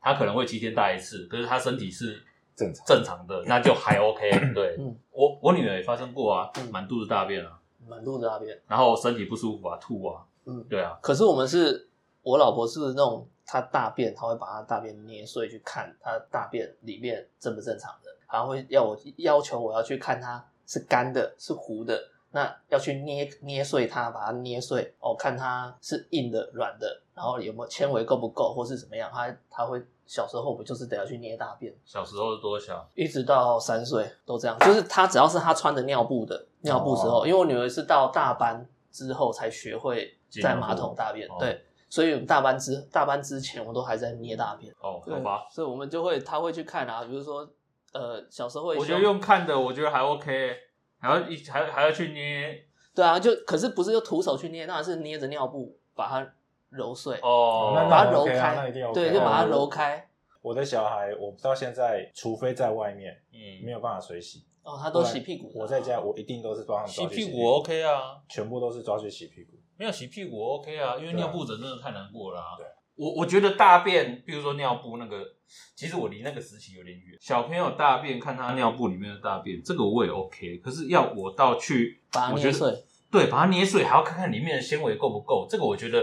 E: 他可能会七天大一次，可是他身体是
C: 正常
E: 正常的，那就还 OK 对。
A: 嗯
E: 我我女儿也发生过啊
A: 嗯，
E: 满肚子大便啊，
A: 满肚子大便。
E: 然后身体不舒服啊，吐啊，
A: 嗯
E: 对啊，
A: 可是我们是，我老婆是那种她大便，她会把她大便捏碎去看她大便里面正不正常的，然后会要我要求我要去看它是干的，是糊的，那要去捏捏碎它，把它捏碎哦，看它是硬的、软的，然后有没有纤维够不够，或是怎么样，她她会小时候不就是得要去捏大便，
E: 小时候是多小？
A: 一直到三岁都这样，就是她只要是她穿着尿布
E: 哦
A: 的尿布之后，因为我女儿是到大班之后才学会在马桶大便，
E: 哦
A: 对，所以我们大班之大班之前我都还在捏大便，
E: 哦，好吧，
A: 所以我们就会她会去看啊，比如说呃小时候会
E: 我觉得用看的，我觉得还 OK，还要一还还要去捏
A: 对啊，就可是不是就徒手去捏，当然是捏着尿布把它揉碎，
E: 哦。
C: 那
A: 把它
C: 那
A: 揉
C: OK 啊
A: 开，
C: 那一定 OK 啊
A: 对，就把它揉开，
C: 我的小孩，我到现在，除非在外面，没
E: 嗯，
C: 有办法水洗。
A: 哦，她都洗屁股的啊，
C: 我在家，我一定都是帮他们
E: 洗
C: 抓去
E: 屁
C: 屁
E: 股 OK 啊，
C: 全部都是抓去洗屁股。
E: 没有洗屁股 OK 啊，因为尿布疹真的太难过了、啊。
C: 对，
E: 我我觉得大便，比如说尿布那个，其实我离那个时期有点远。小朋友大便看他尿布里面的大便，这个我也 OK，可是要我到去
A: 把它
E: 我觉
A: 捏
E: 得
A: 碎，
E: 对把它捏碎，还要看看里面的纤维够不够，这个我觉得，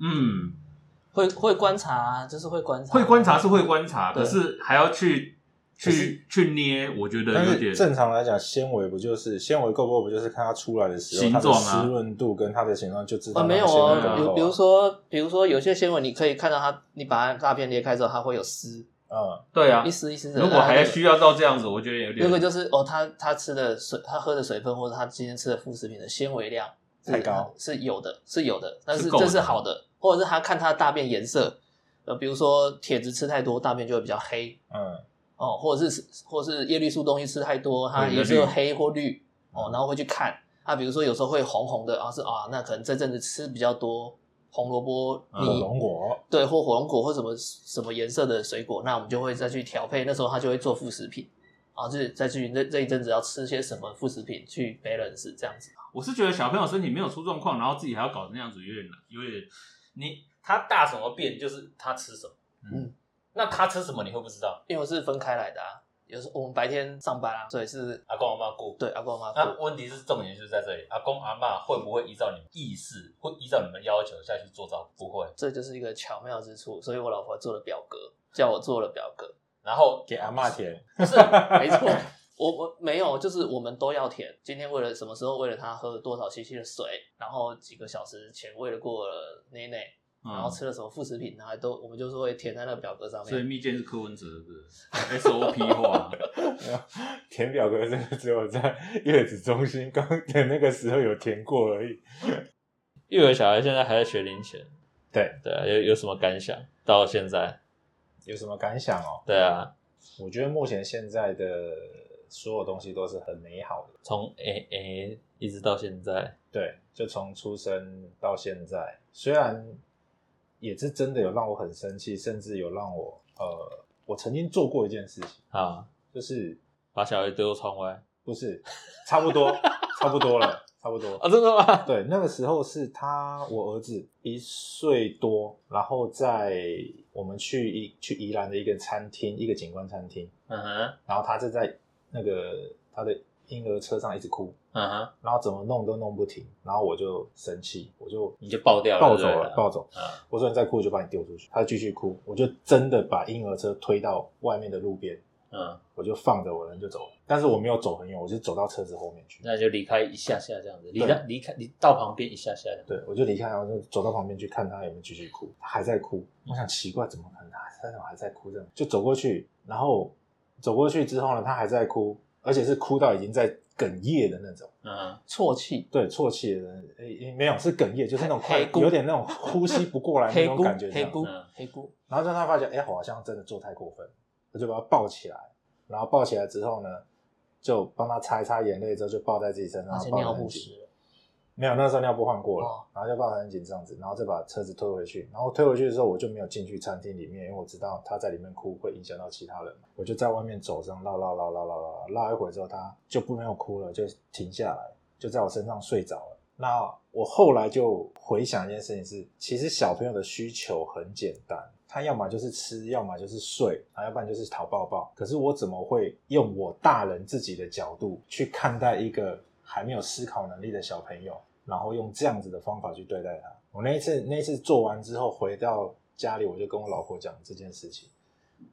E: 嗯，
A: 会会观察啊，就是会观察，
E: 会观察是会观察，
A: 对
E: 可是还要去
C: 可是
E: 去去捏，我觉得
C: 但
E: 有点
C: 是正常来讲，纤维不就是纤维够不够？不就是看它出来的时候，
E: 形
C: 它的
E: 状啊
C: 湿润度跟它的形状就知道
A: 啊，
C: 它的
A: 没有
C: 纤维
A: 哦
C: 够，
E: 啊
C: 不
A: 比
C: 够啊
A: 比如，说，比如说有些纤维，你可以看到它，你把它大便裂开之后，它会有丝，
C: 嗯，
E: 对啊
A: 一。丝一丝的。
E: 如果还需
A: 虚，
E: 要到这样子，我觉得有点
A: 那个就是哦，它它吃的水，它喝的水分，或者它今天吃的副食品的纤维量是
C: 太高
A: 是有的，是有的，但
E: 是
A: 是
E: 够的
A: 这是好的，或者是它看它的大便颜色，呃，比如说铁质吃太多，大便就会比较黑
C: 嗯，
A: 哦，或者是或是叶绿素东西吃太多，它
E: 对比较
A: 也是有
E: 绿
A: 黑或绿哦
C: 嗯，
A: 然后会去看啊，比如说有时候会红红的啊，是啊，那可能这阵子吃比较多红萝卜
E: 嗯
A: 泥
C: 火。龙果，
A: 对，或火龙果或什么什么颜色的水果，那我们就会再去调配。那时候他就会做副食品，啊，就是再去这这一阵子要吃些什么副食品去 balance 这样子。
E: 我是觉得小朋友身体没有出状况，然后自己还要搞成那样子，有点难，有点你他大什么变，就是他吃什么，
A: 嗯，
E: 那他吃什么你会不知道，
A: 因为我是分开来的啊，有时候我们白天上班啊，所以是
E: 阿公啊阿妈顾。
A: 对阿公阿妈
E: 那
A: 顾。
E: 问题是重点就是在这里，阿公阿妈会不会依照你们意识，会依照你们要求下去做照顾？不会。
A: 这就是一个巧妙之处，所以我老婆做了表格，叫我做了表格，
E: 然后
C: 给阿嬷舔，
A: 不 是没错，我我没有，就是我们都要填。今天为了什么时候为了她喝多少 cc 的水，然后几个小时前为了过了奶奶，
E: 嗯
A: 然
C: 嗯
A: 后吃了什么副食品，然后都我们就是会填在那个表格上
E: 所以
A: 面。
E: 蜜饯是柯文哲的 SOP 化，
C: 填表格这个只有在月子中心刚的那个时候有填过而已。
D: 育儿小孩现在还在学龄前，
C: 对
D: 对啊，有有什么感想？到现在，
C: 有什么感想哦？
D: 对啊，
C: 我觉得目前现在的所有东西都是很美好的，
D: 从 A A 一直到现在，
C: 对，就从出生到现在，虽然也是真的有让我很生气，甚至有让我呃，我曾经做过一件事情，
D: 啊，
C: 就是
D: 把小孩丢窗外
C: 不是差不多差不多了，差不多
D: 啊，真的吗？
C: 对，那个时候是他，我儿子一岁多，然后在我们去一去宜兰的一个餐厅，一个景观餐厅，
D: 嗯哼，
C: 然后他就在那个他的婴儿车上一直哭，
D: 嗯哼，
C: 然后怎么弄都弄不停，然后我就生气，我就
D: 你就爆掉了，
C: 暴走
D: 对不
C: 了
D: 对，
C: 暴走。
D: 啊
C: 我说你再哭，我就把你丢出去。他就继续哭，我就真的把婴儿车推到外面的路边，
D: 嗯，
C: 我就放着我人就走了。但是我没有走很远，我就走到车子后面去。
D: 那就离开一下下这样子，离
C: 对
D: 到离开离到旁边一下下这样，
C: 对，我就离开，然后就走到旁边去看他有没有继续哭，他还在哭。我想奇怪，怎么可能他怎么还在哭？这样就走过去，然后走过去之后呢，他还在哭，而且是哭到已经在哽咽的那种。
D: 嗯，
A: 啜泣，
C: 对，啜泣的人，诶、诶没有是哽咽，就是那种快
A: 黑，咕
C: 有点那种呼吸不过来那
A: 黑
C: 种
A: 姑，
C: 感觉这
A: 黑
C: 样子。
A: 姑
D: 嗯，
A: 黑姑，
C: 然后让他发觉，哎、我好像真的做太过分，我就把他抱起来，然后抱起来之后呢，就帮他擦一擦眼泪，之后就抱在自己身上
A: 而且，
C: 抱得
A: 尿
C: 很
A: 布
C: 紧
A: 湿了，
C: 没有，那时候尿布换过了，
A: 哦
C: 然后就把我很紧这样子，然后再把车子推回去，然后推回去的时候我就没有进去餐厅里面，因为我知道他在里面哭会影响到其他人，我就在外面走上绕绕绕绕绕绕绕一会儿之后，他就不没有哭了，就停下来，就在我身上睡着了。那我后来就回想一件事情是，其实小朋友的需求很简单，他要么就是吃，要么就是睡，啊，要不然就是讨抱抱。可是我怎么会用我大人自己的角度去看待一个还没有思考能力的小朋友，然后用这样子的方法去对待他？我那一次那一次做完之后回到家里，我就跟我老婆讲这件事情，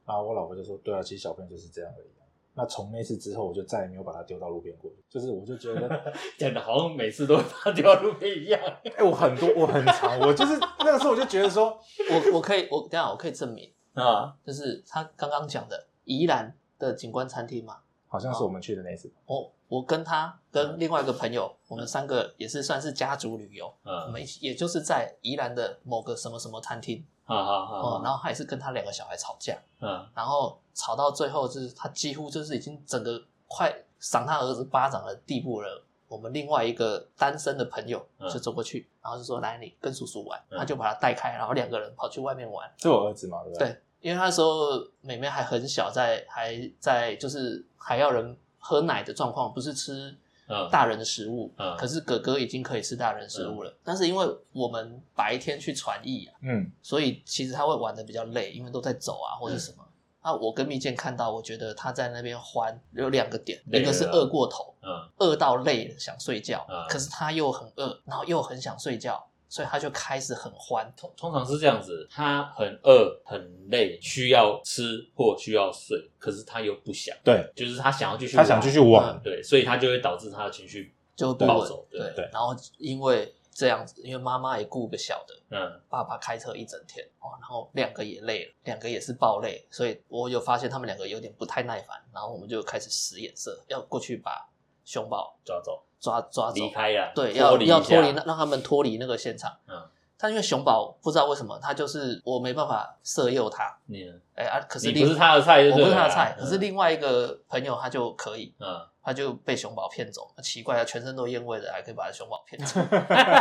C: 然后我老婆就说：“对啊，其实小朋友就是这样而已。”啊那从那次之后，我就再也没有把他丢到路边过，就是我就觉得。
E: 讲的好像每次都 会把它丢到路边一样。
C: 哎、我很多，我很长，我就是那个时候我就觉得说，
A: 我我可以，我等一下我可以证明，
E: 啊，
A: 就是他刚刚讲的宜兰的景观餐厅嘛，
C: 好像是我们去的那一次，
A: 我我跟他跟另外一个朋友，我们三个也是算是家族旅游，我
E: 嗯，
A: 们一起也就是在宜兰的某个什么什么餐厅
E: 好好
A: 哦、
E: 好，
A: 然后他也是跟他两个小孩吵架，
E: 嗯，
A: 然后吵到最后就是他几乎就是已经整个快赏他儿子巴掌的地步了。我们另外一个单身的朋友
E: 嗯
A: 就走过去，然后就说：“来，你跟叔叔玩。”
E: 嗯
A: 他就把他带开，然后两个人跑去外面玩。
C: 是我儿子嘛，对不对？
A: 对，因为那时候妹妹还很小，在还在就是还要人喝奶的状况，不是吃
E: 嗯
A: 大人的食物。
E: 嗯
A: 可是哥哥已经可以吃大人的食物了，但是因为我们白天去传艺啊，
C: 嗯，
A: 所以其实他会玩的比较累，因为都在走啊
E: 嗯
A: 或者什么。那我跟蜜健看到，我觉得他在那边欢有两个点，
E: 累
A: 一
E: 了
A: 个是饿过头，
E: 嗯
A: 饿到累了想睡觉，
E: 嗯
A: 可是他又很饿，然后又很想睡觉，所以他就开始很欢。
E: 通通常是这样子，他很饿很累，需要吃或需要睡，可是他又不想，
C: 对，
E: 就是他想要继续，
C: 他想继续，玩，
E: 对，所以他就会导致他的情绪，
A: 就不
E: 暴
A: 稳
E: 走，
A: 对
E: 对
C: 对
A: 然后因为这样子，因为妈妈也顾个小的，
E: 嗯
A: 爸爸开车一整天哦，然后两个也累了，两个也是爆累，所以我有发现他们两个有点不太耐烦，然后我们就开始使眼色，要过去把熊宝
E: 抓走，
A: 抓抓啊走，
E: 离开呀，
A: 对，
E: 脱
A: 要
E: 离一下
A: 要脱离，那让他们脱离那个现场。
E: 嗯，
A: 但因为熊宝不知道为什么，他就是我没办法色诱他，
E: 你
A: 哎啊，可是
E: 你
A: 另
E: 不是他的嗯菜，
A: 我不是他的菜，可
E: 可
A: 是另外一个朋友他就可以，
E: 嗯，
A: 他就被熊宝骗走。奇怪啊，全身都烟味的，还可以把熊宝骗 走。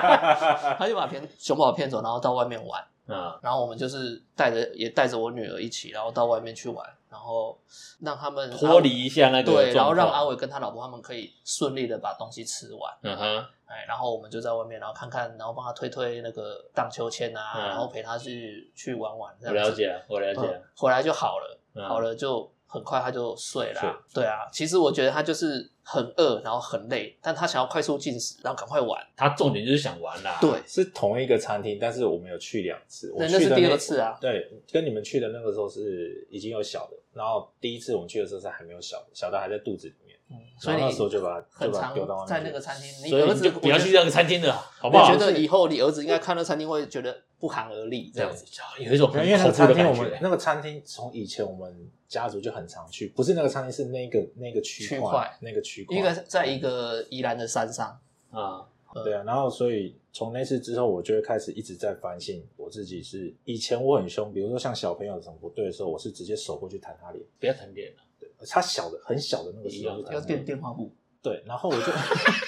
A: 他就把骗熊宝骗走，然后到外面玩。
E: 嗯
A: 然后我们就是带着也带着我女儿一起，然后到外面去玩，然后让他们
E: 脱离一下那个状况，
A: 对，然后让阿伟跟他老婆他们可以顺利的把东西吃完。
E: 嗯哼，
A: 哎，然后我们就在外面，然后看看，然后帮他推推那个荡秋千啊，
E: 嗯
A: 然后陪他去去玩玩这
E: 我
A: 样子。
E: 了解了，我了解
A: 嗯
E: 了，
A: 回来就好了，
E: 嗯
A: 嗯好了就很快他就睡了啊、对啊，其实我觉得他就是很饿，然后很累，但他想要快速进食，然后赶快玩。
E: 他重点就是想玩啦，
A: 对，
C: 是同一个餐厅，但是我们有去两次，我
A: 那
C: 去
A: 那是
C: 的
A: 第二次啊。
C: 对，跟你们去的那个时候是已经有小的，然后第一次我们去的时候是还没有小的，小的还在肚子里面，
A: 嗯，所
C: 然
A: 以
C: 后
A: 你
C: 那时候就把它
A: 很
C: 就把它
A: 常
C: 丢到外面
A: 在
C: 去
A: 那个餐厅，
E: 所以
A: 儿
E: 你
A: 子
E: 就不要去那个餐厅了，好
A: 我
E: 不好？
A: 觉得以后你儿子应该看到餐厅会觉得不寒而栗这
E: 这
A: 样
E: 样
A: 子
E: 子。有一种很
C: 因为那个
E: 恐怖
C: 餐
E: 的
C: 厅，我
E: 感
C: 们
E: 觉。
C: 那个餐厅从以前我们家族就很常去，不是那个餐厅，是那个那个区
A: 区
C: 块
A: 块
C: 那个区块，
A: 一个在一个宜兰的山上，
E: 啊，
C: 对啊，然后所以从那次之后，我就会开始一直在反省我自己是以前我很凶，比如说像小朋友有什么不对的时候，我是直接手过去弹他脸，
E: 不要疼脸了，
C: 他小的很小的那个时候就
E: 嗯
A: 要
C: 弹他
A: 垫
C: 脸，
A: 电话簿。
C: 对，然后我就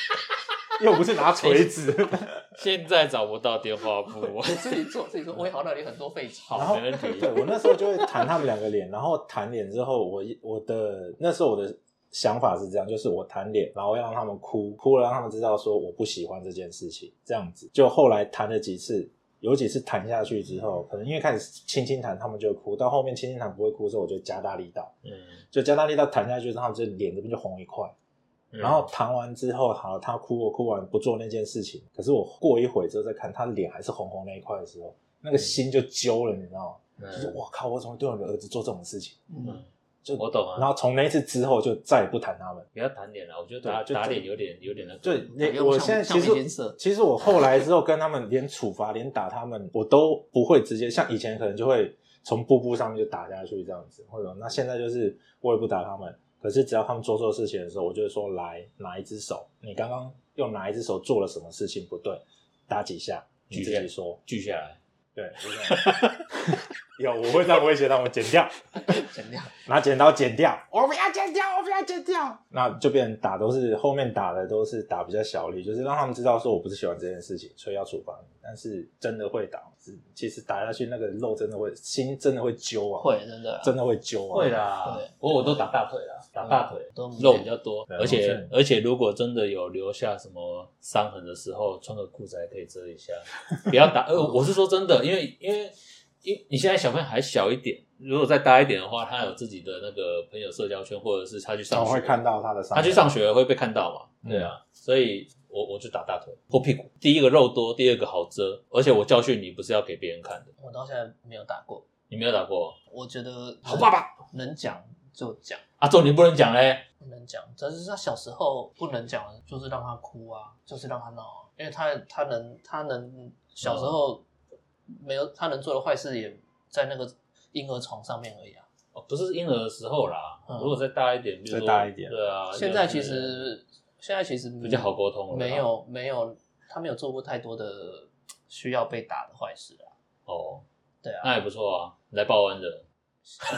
C: 又不是拿锤子，
E: 现在找不到电话 簿
A: 我，自己做自己做，我也好到你很多废纸。
C: 然
E: 好，
C: 后
E: 没问
C: 对
E: 题。
C: 我那时候就会弹他们两个脸，然后弹脸之后，我一我的那时候我的想法是这样，就是我弹脸，然后要让他们哭，哭了让他们知道说我不喜欢这件事情，这样子。就后来弹了几次，有几次弹下去之
E: 嗯
C: 后，可能因为开始轻轻弹，他们就会哭，到后面轻轻弹不会哭的时候，我就加大力道，
E: 嗯，
C: 就加大力道弹下去，让他们就脸这边就红一块。
E: 嗯
C: 然后弹完之后，好，他哭我哭完不做那件事情，可是我过一会之后再看他脸还是红红那一块的时候，那个心就揪了，你知道吗？就是
E: 嗯
C: 我靠，我怎么对我的儿子做这种事情？
A: 嗯，
C: 就
E: 我懂啊
C: 然后从那一次之后，就再也不谈他们。
E: 不要谈脸了，我觉得
C: 对
E: 打
C: 就
E: 打
C: 这
E: 脸有点有点那个。
C: 对，
A: 哎
C: 那
A: 用
C: 我
A: 橡
C: 现在
A: 橡
C: 其
A: 皮筋
C: 实
A: 射
C: 其实我后来之后跟他们连处罚、连打他们，我都不会直接像以前可能就会从布布上面就打下去这样子，或者那现在就是我也不打他们，可是只要他们做错事情的时候，我就会说来哪一只手，你刚刚用哪一只手做了什么事情不对，打几下，你
E: 举
C: 自
E: 例
C: 己说。
E: 聚下来，
C: 对，就这样 有，我会这样威胁他们剪掉，
A: 剪掉。
C: 拿剪刀剪掉，我不要剪掉，我不要剪掉，那就变成打都是后面打的都是打比较小力，就是让他们知道说我不是喜欢这件事情，所以要处罚你。但是真的会打，是其实打下去那个肉真的会心真的会揪啊，
A: 会真的啦
C: 真的会揪啊，
D: 会啦
A: 对，
D: 不过我都打大腿啦，打大腿
A: 都
D: 肉比较多，
C: 嗯对啊
D: 而
C: 好
D: 且
C: 像
D: 而且如果真的有留下什么伤痕的时候，穿个裤子还可以遮一下，不要 打。呃，我是说真的，因为因为因你现在小朋友还小一点，如果再大一点的话，他有自己的那个朋友社交圈，或者是他去
C: 然
D: 上
C: 后
D: 学
C: 哦会看到他的伤，
D: 他去上学会被看到嘛？
C: 嗯
D: 对啊，所以我我就打大腿或屁股。第一个肉多，第二个好遮，而且我教训你不是要给别人看的，
A: 我到现在没有打过。
D: 你没有打过
A: 我觉得
D: 好爸爸
A: 能讲就讲，
D: 啊？重点不能讲嘞，
A: 不能讲。但是他小时候不能讲的，就是让他哭啊，就是让他闹啊，因为他他能他能小时候没有他能做的坏事也在那个婴儿床上面而已啊。
D: 哦，不是婴儿的时候啦，
A: 嗯
D: 如果再大一点，比如
C: 再
D: 说
C: 大一点
D: 对啊，
A: 现在其
D: 就是
A: 实现在其实
D: 比较好沟通了啦，
A: 没有没有，他没有做过太多的需要被打的坏事啊。
D: 哦，
A: 对 啊，
D: 那也不错啊，来报恩的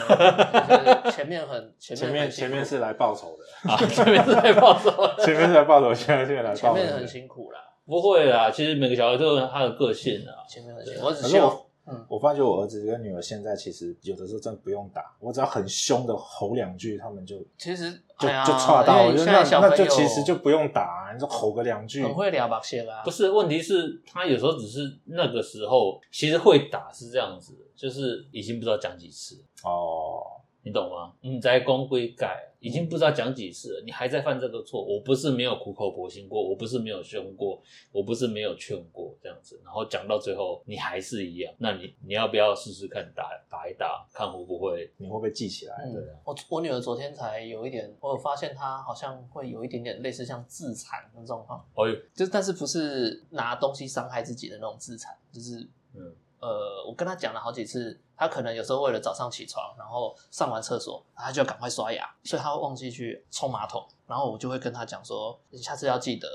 A: 呃就是前面很前
C: 前
A: 面
C: 面
A: 很辛
C: 前面
A: 苦
C: 是来报仇 的，
D: 啊，前面是来报仇的，
C: 前面是来报仇，现在是来
A: 前
C: 报仇
A: 面很
C: 的。
A: 辛苦啦，
D: 不会啦，其实每个小孩都有他的个性啊，
A: 前面很辛苦。我只
C: 可
A: 希
C: 是
A: 望
C: 我
A: 嗯
C: 我发觉我儿子跟女儿现在其实有的时候真的不用打，我只要很凶的吼两句，他们就
A: 其实
C: 就
A: 哎呀
C: 就岔到，
A: 因
C: 我
A: 为
C: 觉
A: 现
C: 得那
A: 在小朋
C: 那
A: 友
C: 就其实就不用打、你就吼个两句，
A: 很会聊把线啊
D: 不。是，问题是他有时候只是那个时候，其实会打是这样子，就是已经不知道讲几次，
C: 哦，
D: 你懂吗？你在功归改，已经不知道讲几次了，你还在犯这个错。我不是没有苦口婆心过，我不是没有凶过，我不是没有劝过，这样子，然后讲到最后，你还是一样。那你你要不要试试看打打一打，看会不会？
C: 你会不会记起来？
A: 嗯
D: 对啊，
A: 我我女儿昨天才有一点，我有发现她好像会有一点点类似像自残那种哈，
D: 哎呦，
A: 就是但是不是拿东西伤害自己的那种自残，就是
D: 嗯，
A: 呃，我跟她讲了好几次，她可能有时候为了早上起床，然后上完厕所，她就要赶快刷牙，所以她会忘记去冲马桶，然后我就会跟她讲说，你下次要记得，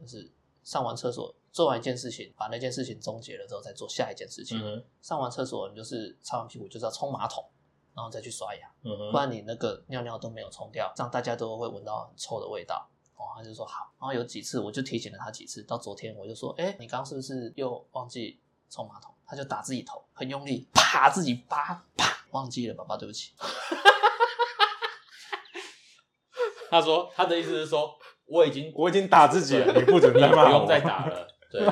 A: 就是上完厕所做完一件事情，把那件事情终结了之后再做下一件事情。
D: 嗯哼，
A: 上完厕所你就是擦完屁股就是要冲马桶，然后再去刷牙。
D: 嗯
A: 不
D: 哼，
A: 然你那个尿尿都没有冲掉，这样大家都会闻到很臭的味道。哦，他就说好，然后有几次我就提醒了他几次，到昨天我就说，哎、你刚刚是不是又忘记冲马桶？他就打自己头，很用力，啪自己啪啪，忘记了，爸爸对不起。
D: 他说他的意思是说，我已经
C: 我已经打自己了，
D: 对
C: 你不准
D: 你
C: 再
D: 不
C: 骂我，
D: 用再打了，对，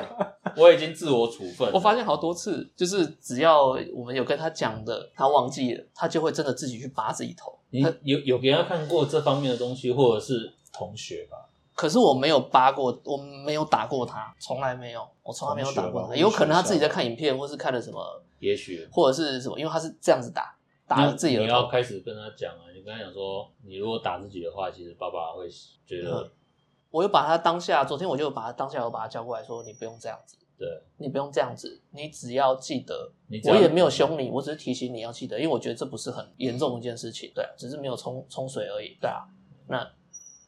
D: 我已经自我处分了。
A: 我发现好多次，就是只要我们有跟他讲的，他忘记了，他就会真的自己去拔自己头。
D: 你有有给他看过这方面的东西，或者是
C: 同学吧，
A: 可是我没有扒过，我没有打过他，从来没有，我从来没有打过
C: 同学
A: 他。
C: 吧
A: 有可能他自己在看影片，或是看了什么
D: 也许
A: 或者是什么，因为他是这样子打，打了自己
D: 那
A: 的
D: 你要
A: 头。
D: 开始跟他讲啊，你跟他讲说，你如果打自己的话，其实爸爸会觉
A: 嗯
D: 得，
A: 我又把他当下，昨天我就把他当下，我把他叫过来说，你不用这样子，
D: 对
A: 你不用这样子，你只要记得，
D: 你只要
A: 我也没有凶你，我只是提醒你要记得，因为我觉得这不是很严重的一件事情，对啊、只是没有冲冲水而已，对啊，那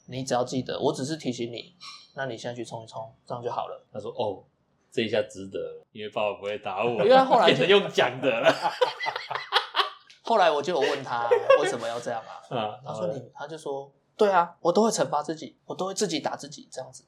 A: 你只要记得，我只是提醒你，那你现在去冲一冲，这样就好了。
D: 他说哦，这一下值得了，因为爸爸不会打我，
A: 因为他后来
D: 变
A: 就
D: 成用讲的了
A: 后来我就有问他为什么要这样啊，
D: 啊。
A: 他说你，他就说，对啊，我都会惩罚自己，我都会自己打自己这样子。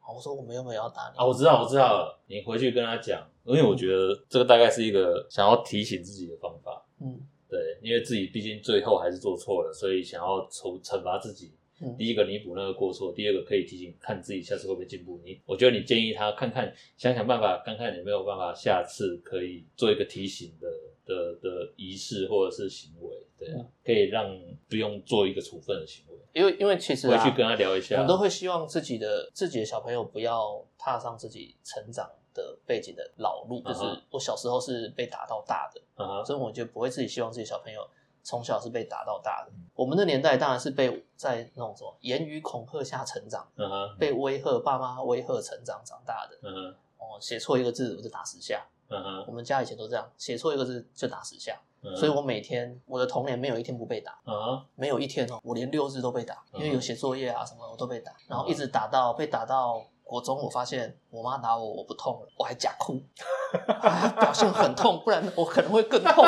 A: 好，我说我们又没有要打你
D: 嗯啊，我知道，我知道了，你回去跟他讲，因为我觉得这个大概是一个想要提醒自己的方法，
A: 嗯
D: 对，因为自己毕竟最后还是做错了，所以想要惩惩罚自己，
A: 嗯，
D: 第一个弥补那个过错，第二个可以提醒看自己下次会不会进步。你，我觉得你建议他看看，想想办法，看看有没有办法下次可以做一个提醒的的的仪式或者是行为，对
A: 嗯
D: 啊，可以让不用做一个处分的行为。
A: 因为因为其实、
D: 回
A: 啊、
D: 去跟他聊一
A: 我
D: 下，
A: 们都会希望自己的自己的小朋友不要踏上自己成长的背景的老路。就是
D: 嗯
A: 我小时候是被打到大的，
D: 啊哈，
A: 所以我就不会自己希望自己小朋友从小是被打到大的。我们的年代当然是被在那种什么言语恐吓下成长，
D: 啊哈，
A: 被威吓，爸妈威吓成长长大的。
D: 嗯哼，
A: 哦，写错一个字我就打十下。
D: 嗯哼
A: 我们家以前都这样，写错一个字就打十下。
D: 嗯哼，
A: 所以我每天我的童年没有一天不被打。
D: 啊哈，
A: 没
E: 嗯
A: 有一天哦，我连六日都被打，因为有写作业啊什么我都被打，然后一直打到被打到国中我发现我妈打我，我不痛了，我还假 哭，啊表现很痛，不然我可能会更 痛。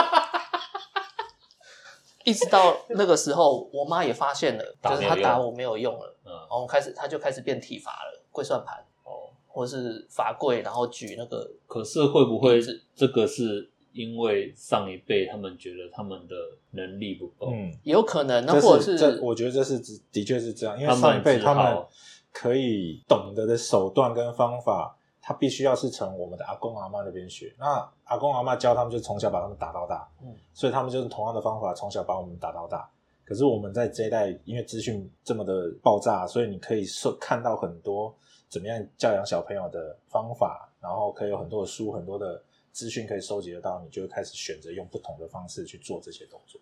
A: 一直到那个时候，我妈也发现了，
E: 打
A: 就
E: 没有
A: 是
E: 用
A: 她打我没有用了，
E: 嗯
A: 然后开始她就开始变体罚了，跪算盘
E: 哦。
A: 或是罚跪，然后举那个
E: 可是会不会这个是因为上一辈他们觉得他们的能力不够，
C: 嗯，
A: 也有可能，那
C: 这
A: 或者是
C: 是这，我觉得这是只的确是这样，因为
E: 他们
C: 上一辈
E: 只
C: 他
E: 好
C: 们可以懂得的手段跟方法，他必须要是从我们的阿公阿妈那边学。那阿公阿妈教他们，就从小把他们打到大，
A: 嗯
C: 所以他们就是同样的方法，从小把我们打到大。可是我们在这一代，因为资讯这么的爆炸，所以你可以受看到很多怎么样教养小朋友的方法，然后可以有很多的书、很多的资讯可以收集得到，你就会开始选择用不同的方式去做这些动作。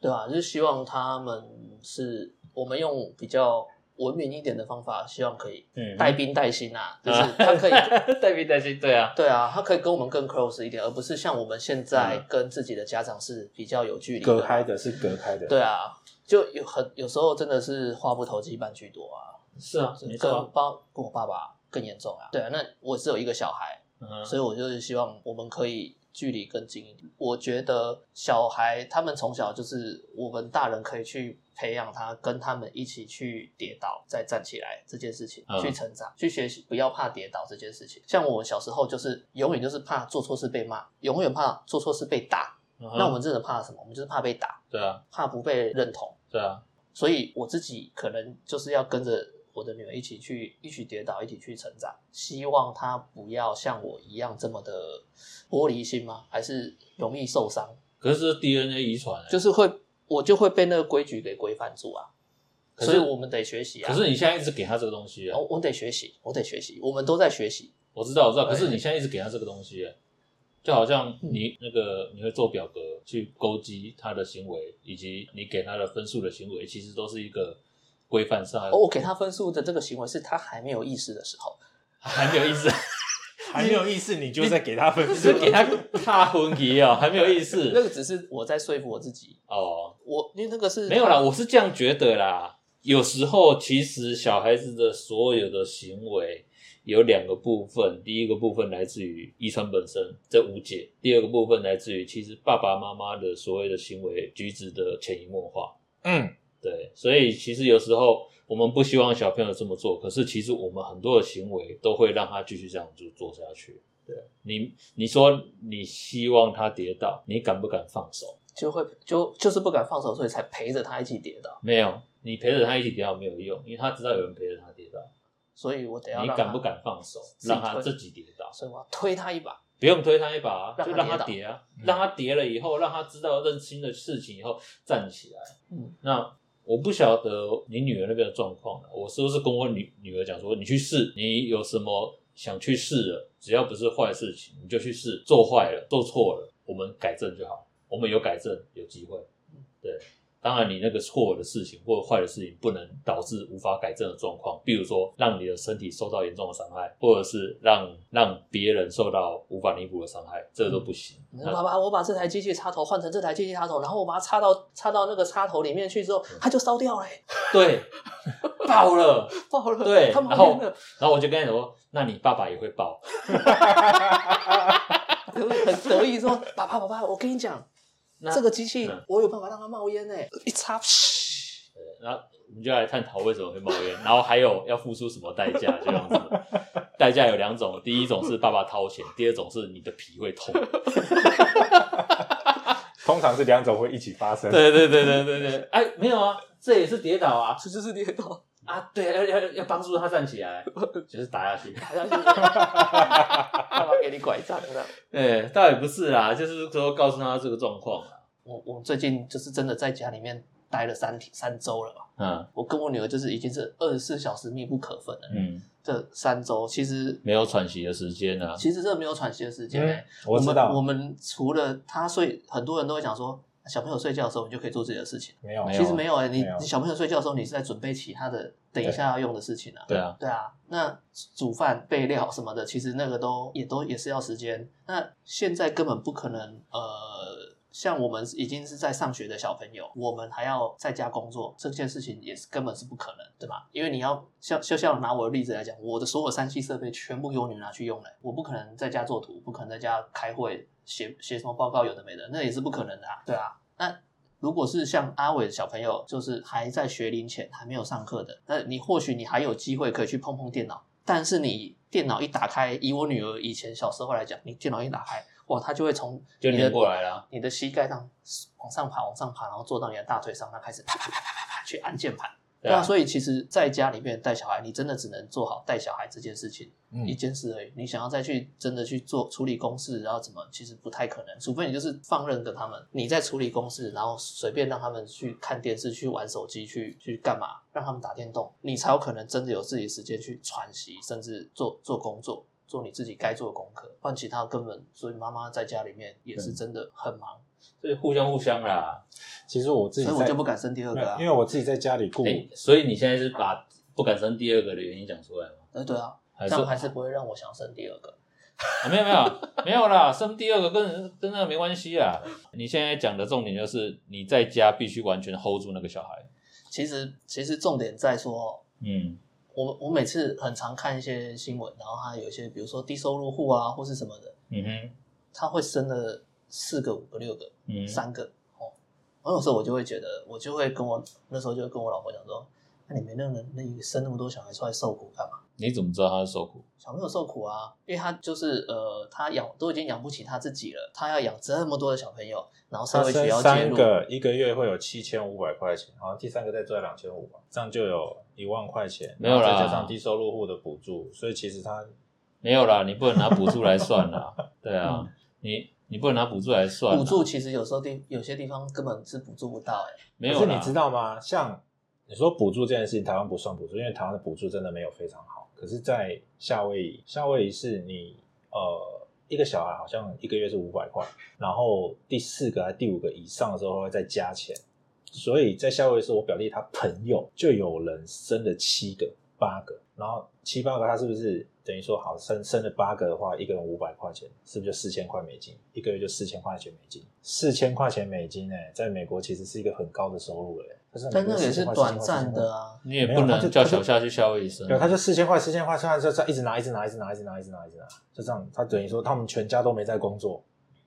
A: 对啊，就是希望他们是我们用比较文明一点的方法，希望可以
E: 嗯
A: 带兵带薪啊，就是
E: 啊
A: 他可以，
E: 带兵带薪，对啊，
A: 对啊，他可以跟我们更 close 一点，而不是像我们现
E: 嗯
A: 在跟自己的家长是比较有距离
C: 隔开
A: 的。
C: 的是隔开的，
A: 对啊，就有很有时候真的是话不投机半句多啊，
E: 是啊，没错
A: 跟
E: 啊，
A: 包跟我爸爸更严重啊。对啊，那我只有一个小孩，
E: 嗯
A: 所以我就是希望我们可以距离更近一点。我觉得小孩他们从小就是我们大人可以去培养他，跟他们一起去跌倒再站起来这件事情，
E: 嗯
A: 去成长，去学习，不要怕跌倒这件事情。像我小时候就是永远就是怕做错事被骂，永远怕做错事被打。
E: 嗯
A: 那我们真的怕什么？我们就是怕被打，
E: 对啊，
A: 怕不被认同。
E: 对啊，
A: 所以我自己可能就是要跟着我的女儿一起去，一起跌倒，一起去成长。希望她不要像我一样这么的玻璃心吗？还是容易受伤？
E: 可是这是 DNA 遗传欸，
A: 就是会，我就会被那个规矩给规范住啊。
E: 可是
A: 所以我们得学习啊。
E: 可是你现在一直给他这个东西啊
A: 哦，，我得学习，我得学习，我们都在学习。
E: 我知道我知道，可是
A: 对
E: 你现在一直给他这个东西啊，就好像你那个你会做表格去勾稽他的行为，以及你给他的分数的行为，其实都是一个规范上来
A: 哦，我给她分数的这个行为是她还没有意识的时候。
E: 还没有意思。
C: 还没有意识，你就在给他分
E: 你
C: 数
E: 是。给他踏婚仪哦，还没有意
A: 那
E: 思
A: 个只是我在说服我自己，
E: 哦。
A: 我因为那个是
E: 没有啦，我是这样觉得啦。有时候其实小孩子的所有的行为有两个部分，第一个部分来自于遗传本身，这无解；第二个部分来自于其实爸爸妈妈的所谓的行为举止的潜移默化。
C: 嗯，
E: 对，所以其实有时候我们不希望小朋友这么做，可是其实我们很多的行为都会让他继续这样就做下去。对你，你说你希望他跌倒，你敢不敢放手？
A: 就会就就是不敢放手，所以才陪着她一起跌倒。
E: 没有，你陪着他一起跌倒没有用，因为他知道有人陪着他跌倒。
A: 所以我得要
E: 你
A: 让
E: 敢
A: 她
E: 不敢放手，
A: 自己
E: 让他
A: 推
E: 自己跌倒？
A: 所以我要推他一把。
E: 不用推他一把、啊，
A: 让他
E: 就让
A: 跌
E: 他
A: 倒嗯
E: 跌啊，让他跌了以后，让他知道认清的事情以后站起来。
A: 嗯，
E: 那我不晓得你女儿那边的状况了，我是不是跟我女女儿讲说，你去试，你有什么想去试的，只要不是坏事情，你就去试，做坏了，做错了，我们改正就好，我们有改正，有机会。对，当然你那个错的事情或坏的事情不能导致无法改正的状况，比如说让你的身体受到严重的伤害，或者是让让别人受到无法弥补的伤害，这个都不行。
A: 你
E: 那
A: 说爸爸，我把这台机器插头换成这台机器插头，然后我把它插到插到那个插头里面去之后，
E: 嗯
A: 它就烧掉了、 欸，
E: 对，爆了。
A: 爆了，
E: 对
A: 它没
E: 然后
A: 电了，
E: 然后我就跟他讲说，那你爸爸也会爆。
A: 就是很得意说，爸爸爸爸，我跟你讲，
E: 那
A: 这个机器
E: 嗯
A: 我有办法让它冒烟呢、欸一插，噗
E: 对然后我们就来探讨为什么会冒烟，然后还有要付出什么代价，这样子。代价有两种，第一种是爸爸掏钱，第二种是你的皮会痛。
C: 通常是两种会一起发生。
E: 对对对对对对， 哎，没有啊，这也是跌倒啊
A: 这就是跌 倒，
E: 啊，对，要要要帮助他站起来，就是打下去。
A: 打下去，爸爸给你拐杖这样。
E: 哎，倒也不是啦，就是说告诉他这个状况啊。
A: 我我最近就是真的在家里面待了三天三周了吧，
E: 嗯
A: 我跟我女儿就是已经是二十四小时密不可分了。
E: 嗯，
A: 这三周其实
E: 没有喘息的时间啊。
A: 其实这没有喘息的时间、欸
C: 嗯，我知
A: 们我
C: 道，
A: 们除了他睡，很多人都会讲说，小朋友睡觉的时候你就可以做自己的事情。
C: 没有啊
E: 没有
A: 其实没有哎、你
C: 没有
A: 你小朋友睡觉的时候，你是在准备其他的等一下要用的事情啊。
E: 对啊，
A: 对啊，那煮饭、备料什么的，其实那个都也都也是要时间。那现在根本不可能，呃，像我们已经是在上学的小朋友，我们还要在家工作，这件事情也是根本是不可能，对吧？因为你要像就像拿我的例子来讲，我的所有三 C 设备全部由你们拿去用了，我不可能在家做图，不可能在家开会写写什么报告，有的没的，那也是不可能的啊，对啊。那如果是像阿伟的小朋友，就是还在学龄前，还没有上课的，那你或许你还有机会可以去碰碰电脑，但是你电脑一打开，以我女儿以前小时候来讲，你电脑一打开，哇，她就会从
E: 就
A: 你的
E: 粘过来了。
A: 你的膝盖上往上爬，往上爬，然后坐到你的大腿上，那开始啪啪啪啪啪啪去按键盘。
E: 对啊
A: 那所以其实，在家里面带小孩，你真的只能做好带小孩这件事情，
C: 嗯
A: 一件事而已。你想要再去真的去做处理公事，然后怎么，其实不太可能。除非你就是放任着他们，你在处理公事，然后随便让他们去看电视、去玩手机、去去干嘛，让他们打电动，你才有可能真的有自己时间去喘息，甚至做做工作。做你自己该做的功课，换其他根本，所以妈妈在家里面也是真的很忙，
E: 所以互相互相啦。
C: 其实我自
A: 所
C: 己
A: 以
C: 在，
A: 我就不敢生第二
C: 没
A: 个啊
C: 有因。为我自己在家里顾，
E: 哎、所以你现在是把不敢生第二个的原因讲出来吗？
A: 呃，对啊，
E: 还
A: 这
E: 是
A: 样还是不会让我想生第二个。
E: 啊，没有没有没有啦， 生第二个跟跟那个没关系啦。你现在讲的重点就是你在家必须完全 hold 住那个小孩。
A: 其实，其实重点在说，
E: 嗯，
A: 我我每次很常看一些新闻，然后他有一些，比如说低收入户啊，或是什么的，
E: 嗯哼，
A: 他会生了四个、五个、六个、
E: 嗯，
A: 三个哦。然后有时候我就会觉得，我就会跟我那时候就会跟我老婆讲说，那你们那个那你生那么多小孩出来受苦干嘛？
E: 你怎么知道他是受苦？
A: 小朋友受苦啊，因为他就是呃，他养都已经养不起他自己了，他要养这么多的小朋友，然后社
C: 他
A: 会
C: 生
A: 学要介
C: 三
A: 入，
C: 个，一个月会有七千五百块钱，然后第三个再赚两千五吧，这样就有一万块钱，
E: 没有啦
C: 然后再加上低收入户的补助，所以其实他
E: 没有啦，你不能拿补助来算啦。对啊，你你不能拿补助来算啦
A: 补助其实有时候地有些地方根本是补助不到、欸，
E: 没有
C: 可
E: 啦。
C: 是你知道吗？像你说补助这件事情，台湾不算补助，因为台湾的补助真的没有非常好。可是，在夏威夷，夏威夷是你呃一个小孩好像一个月是五百块，然后第四个还第五个以上的时候会再加钱。所以在夏威夷是我表弟他朋友就有人生了七个、八个，然后七八个他是不是等于说好生生了八个的话，一个人五百块钱，是不是就四千块美金？一个月就四千块钱美金，四千块钱美金哎、在美国其实是一个很高的收入了、欸，但是
A: 但那个也是短暂的
C: 啊。
A: 啊。
E: 你也
C: 没
E: 不
C: 有他
E: 能
C: 就
E: 叫
C: 他就
E: 小夏去夏威夷生。
C: 对，他就四千块、四千块，现在就这样一直拿、一直拿、一直拿、一直拿、一直拿、一直拿，就这样。他等于说他们全家都没在工作，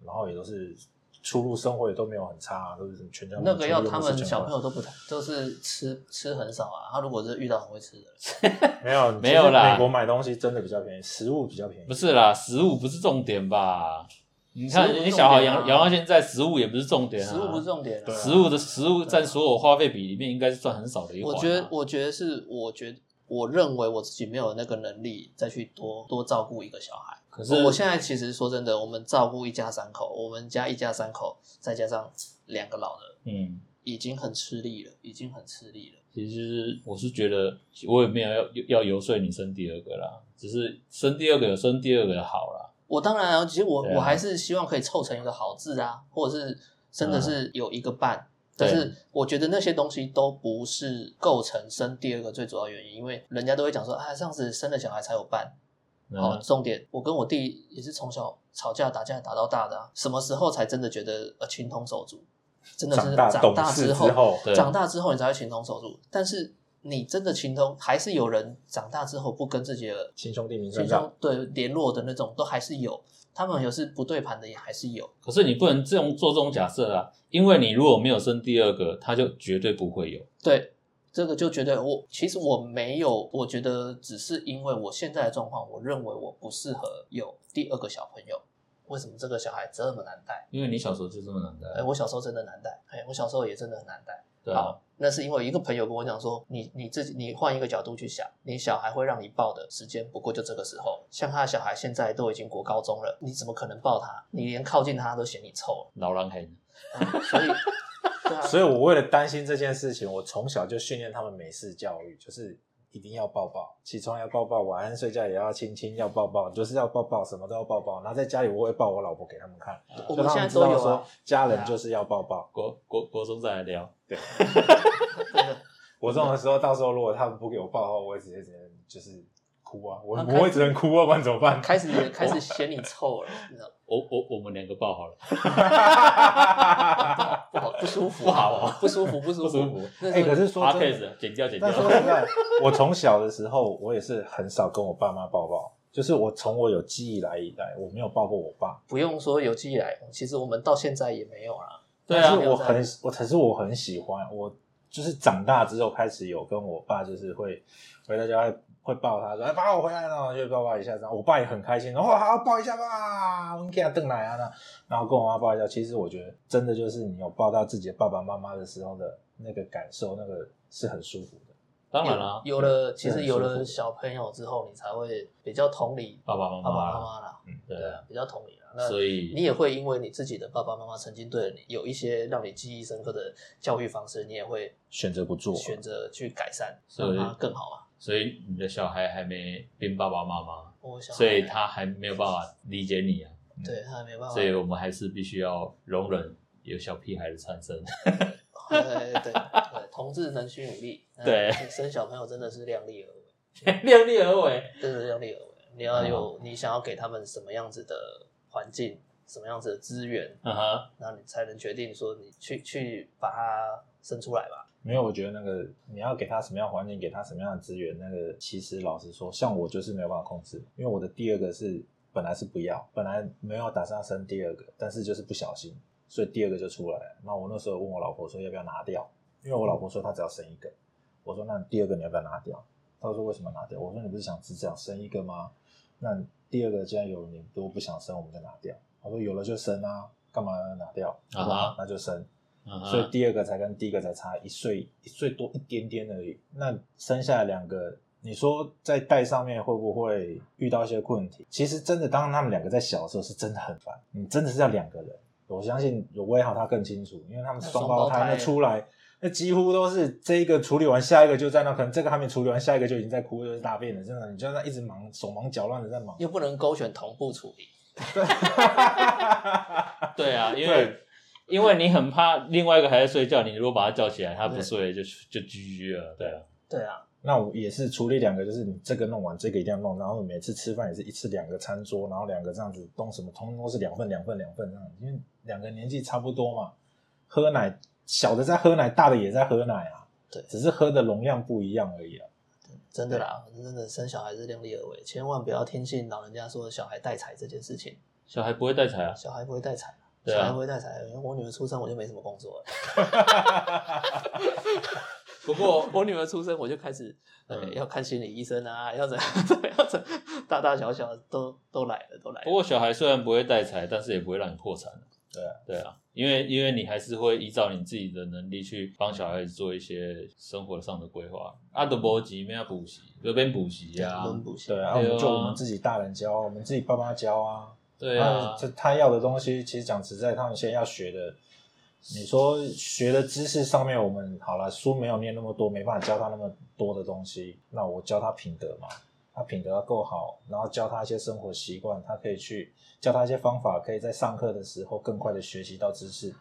C: 然后也都是出入生活也都没有很差、啊，都是全家
A: 那个要他们
C: 全部都是
A: 小朋友都不太，都是吃吃很少啊。他如果是遇到很会吃的，
C: 没有
E: 没有啦
C: 其实美国买东西真的比较便宜，食物比较便宜。
E: 不是啦，食物不是重点吧？你看
A: 食物不是重点啊
E: 你小孩养养到现在，食物也不是重点啊。
A: 食物不是重点啊。
C: 对啊
E: 食物的食物占所有花费比里面应该是算很少的一环、
A: 我
E: 啊。
A: 觉得，我觉得是，我觉得我认为我自己没有那个能力再去多多照顾一个小孩。
E: 可是
A: 我我现在其实说真的，我们照顾一家三口，我们家一家三口再加上两个老的，
E: 嗯，
A: 已经很吃力了，已经很吃力了。
E: 其实我是觉得我也没有要要游说你生第二个啦，只是生第二个有生第二个的好啦。
A: 我当然啊，其实我、
E: 对啊
A: 我还是希望可以凑成一个好字啊，或者是真
C: 嗯
A: 的是有一个伴。
E: 对
A: 但是我觉得那些东西都不是构成生第二个最主要原因，因为人家都会讲说，啊，这样子生了小孩才有伴。好、
E: 嗯，
A: 重点，我跟我弟也是从小吵架打架打到大的、啊，什么时候才真的觉得呃情同手足？真的是
C: 长大
A: 长
C: 懂
A: 大
C: 事
A: 之
C: 之后
E: 对
A: 长大之后你才会情同手足。但是你真的情同，还是有人长大之后不跟自己的
C: 亲兄弟明
A: 亲兄
C: 算账，
A: 对联络的那种都还是有，他们有是不对盘的也还是有。
E: 可是你不能这种做这种假设啦，因为你如果没有生第二个，他就绝对不会有。
A: 对，这个就觉得我其实我没有，我觉得只是因为我现在的状况，我认为我不适合有第二个小朋友。为什么这个小孩这么难带？
E: 因为你小时候就这么难
A: 哎、
E: 的，
A: 我小时候真的难带，哎、我小时候也真的很难带。
E: 对啊，
A: 好，那是因为一个朋友跟我讲说，你你自己你换一个角度去想，你小孩会让你抱的时间不过就这个时候，像他的小孩现在都已经国高中了，你怎么可能抱他？你连靠近他都嫌你臭了，
E: 老狼黑。
A: 嗯 所以，对啊，
C: 所以我为了担心这件事情，我从小就训练他们美式教育，就是一定要抱抱，起床要抱抱，晚安睡觉也要亲亲，要抱抱，就是要抱抱，什么都要抱抱。然后在家里我会抱我老婆给他们看，
A: 我
C: 就
A: 们
C: 让
A: 现在
C: 他们知
A: 都
C: 道
A: 有
C: 说
A: 啊，
C: 家人就是要抱抱。
E: 国国国中再来聊，
A: 对的
C: 我这种的时候，到时候如果他们不给我抱的话，我会直接直接就是哭啊，我
A: 那
C: 我
A: 开
C: 会
A: 始
C: 只能哭啊，不然怎么 办？
A: 开始开始嫌你臭了，你知道吗？
D: 我我我们两个爆好了，
A: 不好，不舒服，
D: 不好哦
A: 不舒服，不舒
D: 不舒
A: 服。
D: 服。
A: 那
C: 哎，可是说真
E: Podcast
C: 的，
E: 剪掉剪掉
C: 但，说实在，我从小的时候，我也是很少跟我爸妈抱抱，就是我从我有记忆来以来，我没有抱过我爸，
A: 不用说有记忆来，其实我们到现在也没有啦。
E: 对啊
C: 但是我很，我可是我很喜欢，我就是长大之后开始有跟我爸，就是会回到家会会抱他说，哎，爸我回来了，然后就抱抱一下，然后我爸也很开心，然后哇好抱一下吧，我们给他瞪来啊，那然后跟我妈抱一下，其实我觉得真的就是你有抱到自己的爸爸妈妈的时候的那个感受，那个是很舒服的。
D: 当然啦，
A: 有了，其
C: 是
A: 实
C: 很
A: 有
C: 舒服
A: 了
C: 的
A: 小朋友之后，你才会比较同理
D: 爸爸妈
A: 爸爸妈
D: 妈啦，
A: 妈啦，
D: 对
A: 对
D: 啊，
A: 啊，比较同理啦。那
D: 所以
A: 你也会因为你自己的爸爸妈妈曾经对你有一些让你记忆深刻的教育方式，你也会
C: 选择不做
A: 选择去改善，
D: 所
A: 让
D: 以
A: 它更好啊。
D: 所以你的小孩还没变爸爸妈妈，
A: 我想，
D: 所以他还没有办法理解你啊，
A: 对他没办法，
D: 所以我们还是必须要容忍有小屁孩的产生。
A: 对对对，同志能需努力，嗯
D: 对
A: 生小朋友真的是量力而为，
D: 量力而为，
A: 真的是量力而为。你要
D: 嗯
A: 有你想要给他们什么样子的环境，什么样子的资源，
D: 嗯哼，
A: 那你才能决定说你去去把它生出来吧。
C: 没有，我觉得那个你要给他什么样的环境，给他什么样的资源，那个其实老实说，像我就是没有办法控制，因为我的第二个是本来是不要，本来没有打算要生第二个，但是就是不小心，所以第二个就出来了。那我那时候问我老婆说要不要拿掉，因为我老婆说她只要生一个，我说那你第二个你要不要拿掉？她说为什么拿掉？我说你不是想只想生一个吗？那第二个既然有你如果不想生，我们就拿掉。她说有了就生啊，干嘛要拿掉？好
D: 啊哈
C: 吧，那就生。
D: 嗯哼，
C: 所以第二个才跟第一个才差一岁一岁多一点点而已。那生下来两个，你说在带上面会不会遇到一些问题？其实真的，当他们两个在小的时候是真的很烦，你真的是要两个人。我相信有威豪他更清楚，因为他们双胞
A: 双胞
C: 胎
A: 胎
C: 那出来，那几乎都是这一个处理完，下一个就在那，可能这个还没处理完，下一个就已经在哭，就是大便了。真的，你就在那一直忙，手忙脚乱的在 忙。
A: 又不能勾选同步处理，
D: 对啊，因为因为你很怕另外一个还在睡觉，你如果把他叫起来，他不睡就就 GG 了，对啊，
A: 对啊，
C: 那我也是处理两个，就是你这个弄完，这个一定要弄，然后每次吃饭也是一次两个餐桌，然后两个这样子弄什么，通通都是两份两份两份这样，因为两个年纪差不多嘛，喝奶小的在喝奶，大的也在喝奶啊，
A: 对
C: 只是喝的容量不一样而已啊。
A: 真的啦，真的生小孩是量力而为，千万不要听信老人家说小孩带财这件事情，
D: 小孩不会带财啊，
A: 小孩不会带财。
D: 对啊
A: 小孩不会带财，因为我女儿出生我就没什么工 作了。
D: 不过
A: 我女儿出生，我就开始、呃
D: 嗯
A: 要看心理医生啊， 要怎样怎么样，怎大大小小都都来了，都来
D: 不
A: 了。
D: 过小孩虽然不会带财，但是也不会让你破产。
C: 对啊，
D: 对啊，因为因为你还是会依照你自己的能力去帮小孩子做一些生活上的规划。啊，德波吉没有补习，这边补习啊，
A: 轮补习
C: 对啊，
D: 对
C: 我
D: 啊
C: 们就我们自己大人教啊，我们自己爸妈教啊。
D: 对啊
C: 那，这他要的东西，其实讲实在，他们现在要学的，你说学的知识上面，我们好了，书没有念那么多，没办法教他那么多的东西。那我教他品德嘛，他品德要够好，然后教他一些生活习惯，他可以去教他一些方法，可以在上课的时候更快的学习到知识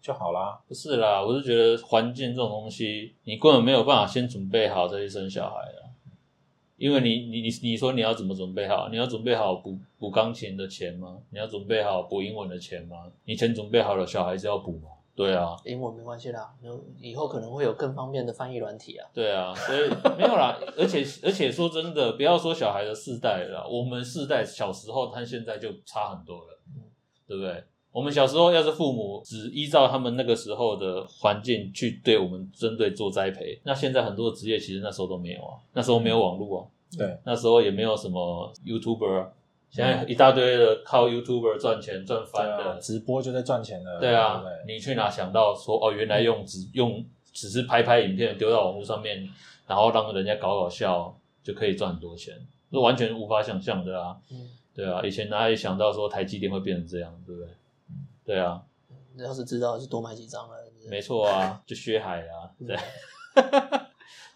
C: 就好啦。
D: 不是啦，我是觉得环境这种东西，你根本没有办法先准备好再去生小孩啊。因为你你你你说你要怎么准备好？你要准备好补补钢琴的钱吗？你要准备好补英文的钱吗？你钱准备好了，小孩子要补吗？对啊，
A: 英文没关系啦，就以后可能会有更方便的翻译软体啊。
D: 对啊，所以没有啦，而且而且说真的，不要说小孩的世代了啦，我们世代小时候和现在就差很多了，对不对？我们小时候要是父母只依照他们那个时候的环境去对我们针对做栽培，那现在很多职业其实那时候都没有啊，那时候没有网络啊，
C: 嗯对，嗯
D: 那时候也没有什么 YouTuber，啊现在一大堆的靠 YouTuber 赚钱赚翻
C: 对
D: 的
C: 啊，直播就在赚钱了，
D: 对啊
C: 对不，嗯对
D: 你去哪想到说哦，原来用只用只是拍拍影片丢到网络上面，然后让人家搞搞笑就可以赚很多钱，这完全无法想象的啊！
A: 嗯，
D: 对啊，以前哪里想到说台积电会变成这样，对不对？对啊，
A: 要是知道就多买几张了。嗯就是
D: 没错啊，就薛海啊，对，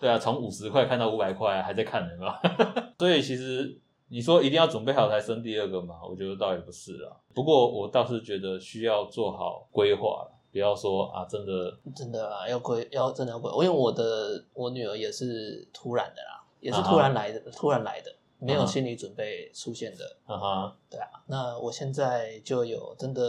D: 对啊，从五十块看到五百块、还在看人吧？ 所以其实你说一定要准备好才生第二个嘛，我觉得倒也不是啦。不过我倒是觉得需要做好规划啦，不要说啊，真的
A: 真的啦，要归要真的要归，因为我的我女儿也是突然的啦，也是
D: 啊哈啊
A: 突然来的，突然来的。没有心理准备出现的。
E: 啊哈，
A: 对啊，那我现在就有真的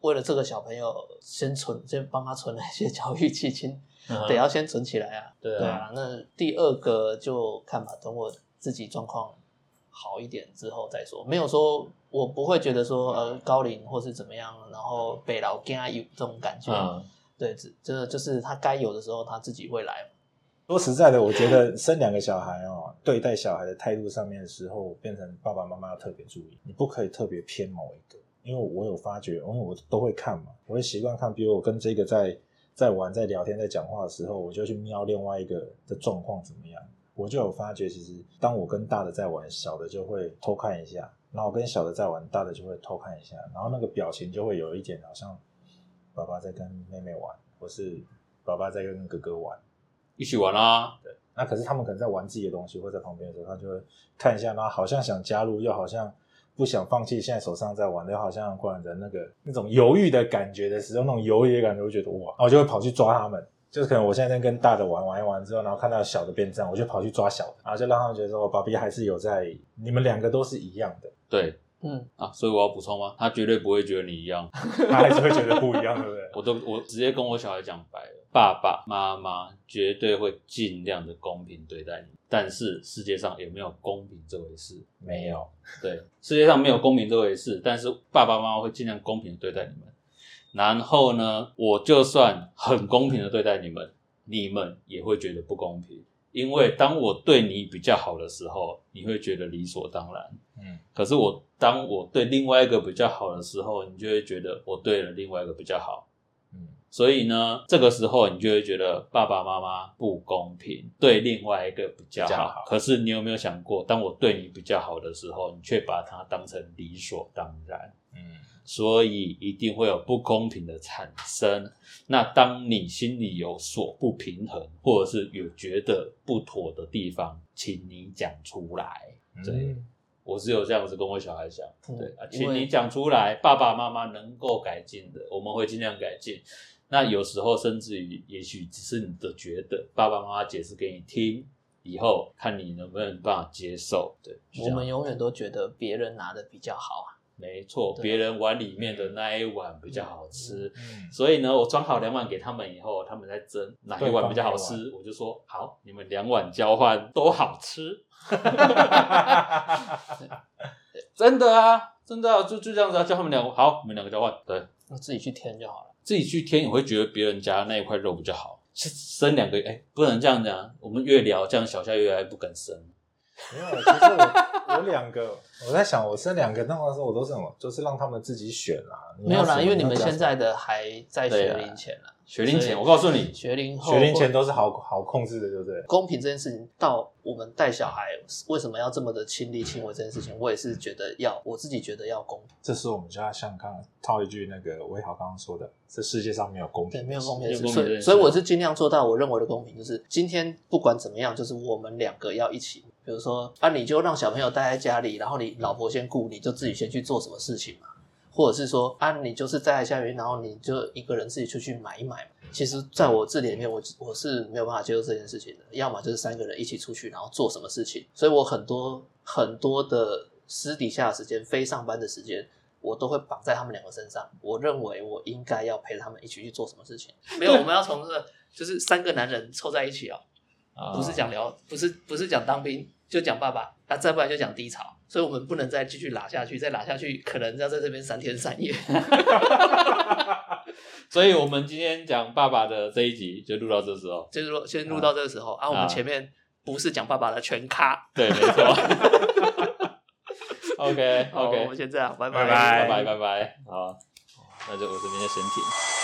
A: 为了这个小朋友，先存，先帮他存了一些教育基金，
E: 嗯哼
A: 得要先存起来啊。
E: 对啊
A: 对啊，那第二个就看吧，等我自己状况好一点之后再说。没有说我不会觉得说呃高龄或是怎么样，然后被老跟他有这种感觉。
E: 嗯，
A: 对，只真的就是他该有的时候他自己会来嘛。
C: 说实在的，我觉得生两个小孩哦， 对待小孩的态度上面的时候，变成爸爸妈妈要特别注意，你不可以特别偏某一个，因为我有发觉，因为我都会看嘛，我会习惯看，比如我跟这个在在玩、在聊天、在讲话的时候，我就去瞄另外一个的状况怎么样，我就有发觉，其实当我跟大的在玩，小的就会偷看一下；然后我跟小的在玩，大的就会偷看一下，然后那个表情就会有一点好像爸爸在跟妹妹玩，或是爸爸在跟哥哥玩。
E: 一起玩啦，
C: 那可是他们可能在玩自己的东西，或在旁边的时候，他就会看一下，然后好像想加入，又好像不想放弃现在手上在玩的，又好像忽然的那个那种犹豫的感觉的时候，那种犹豫的感觉，我就觉得哇，然后我就会跑去抓他们。就是可能我现在在跟大的玩玩一玩之后，然后看到小的变这样，我就跑去抓小的，然后就让他们觉得说，爸比还是有在，你们两个都是一样的，
E: 对
A: 嗯，
E: 啊，所以我要补充吗？他绝对不会觉得你一样，
C: 他还是会觉得不一样，对不对？
E: 我都我直接跟我小孩讲白了，爸爸妈妈绝对会尽量的公平对待你，但是世界上有没有公平这回事？
C: 没有，
E: 对，世界上没有公平这回事，但是爸爸妈妈会尽量公平的对待你们。然后呢，我就算很公平的对待你们，你们也会觉得不公平，因为当我对你比较好的时候，你会觉得理所当然。
C: 嗯，
E: 可是我当我对另外一个比较好的时候，你就会觉得我对了另外一个比较好。
C: 嗯，
E: 所以呢，这个时候你就会觉得爸爸妈妈不公平，对另外一个比较好。
C: 比较好
E: 可是你有没有想过，当我对你比较好的时候，你却把它当成理所当然，
C: 嗯，
E: 所以一定会有不公平的产生。那当你心里有所不平衡，或者是有觉得不妥的地方，请你讲出来。对
C: 嗯，
E: 我是有这样子跟我小孩讲，
A: 嗯
E: 对啊，
A: 因
E: 请
A: 为
E: 你讲出来，爸爸妈妈能够改进的，我们会尽量改进。那有时候甚至于，也许只是你的觉得，爸爸妈妈解释给你听，以后看你能不能办法接受。对，就这
A: 我
E: 样
A: 们永远都觉得别人拿的比较好啊。
E: 没错，
A: 对
E: 别人碗里面的那一碗比较好吃，
C: 嗯
E: 所以呢，我装好两碗给他们以后，他们在争哪一
C: 对
E: 碗比较好
C: 放哪
E: 吃，我就说好，你们两碗交换都好吃。真的啊，真的啊，就就这样子啊，叫他们两个好，你们两个交换，对
A: 那自己去填就好了。
E: 自己去添，你会觉得别人家那一块肉比较好。是生两个，哎、不能这样讲、我们越聊，这样小夏越来越不敢生。
C: 没有，其实我我两个，我在想，我生两个那个时候，我都是什么，就是让他们自己选啦、你
A: 没
C: 要
A: 有
C: 什
A: 啦，
C: 么
A: 因为你
C: 要
A: 们
C: 加什
A: 现
C: 么
A: 在的还在学龄前
C: 啊
A: 啦，
E: 学龄前，
A: 所以
E: 我告诉你，
A: 学龄后
C: 学龄
A: 或
C: 前都是好好控制的，对不对？
A: 公平这件事情，到我们带小孩为什么要这么的亲力亲为这件事情，我也是觉得要我自己觉得要公平，
C: 这时候我们就要像刚套一句那个威豪刚刚说的，这世界上没有公
A: 对，
C: 平，
A: 没有公平
E: 没
A: 的
E: 有
A: 事，
E: 公
A: 所
E: 平这
A: 以
E: 件事
A: 所以我是啊尽量做到我认为的公平，就是今天不管怎么样，就是我们两个要一起，比如说啊，你就让小朋友待在家里，然后你老婆先顾，你就自己先去做什么事情嘛。或者是说啊，你就是在家里，然后你就一个人自己出去买一买嘛。其实，在我这里面，我我是没有办法接受这件事情的。要么就是三个人一起出去，然后做什么事情。所以我很多很多的私底下的时间，非上班的时间，我都会绑在他们两个身上。我认为我应该要陪他们一起去做什么事情。没有，我们要从这个就是三个男人凑在一起哦，不是讲聊，不是不是讲当兵，就讲爸爸，那、再不然就讲低潮。所以我们不能再继续拉下去，再拉下去可能要在这边三天三夜。
E: 所以我们今天讲爸爸的这一集就录到这时候。
A: 就是说先录到这个时候啊，我
E: 啊
A: 们前面不是讲爸爸的全咖。
E: 对，没错。OK
A: 好
E: OK，
A: 我们先这样，拜
E: 拜
A: 拜
E: 拜拜拜，好，那就我这边就先停。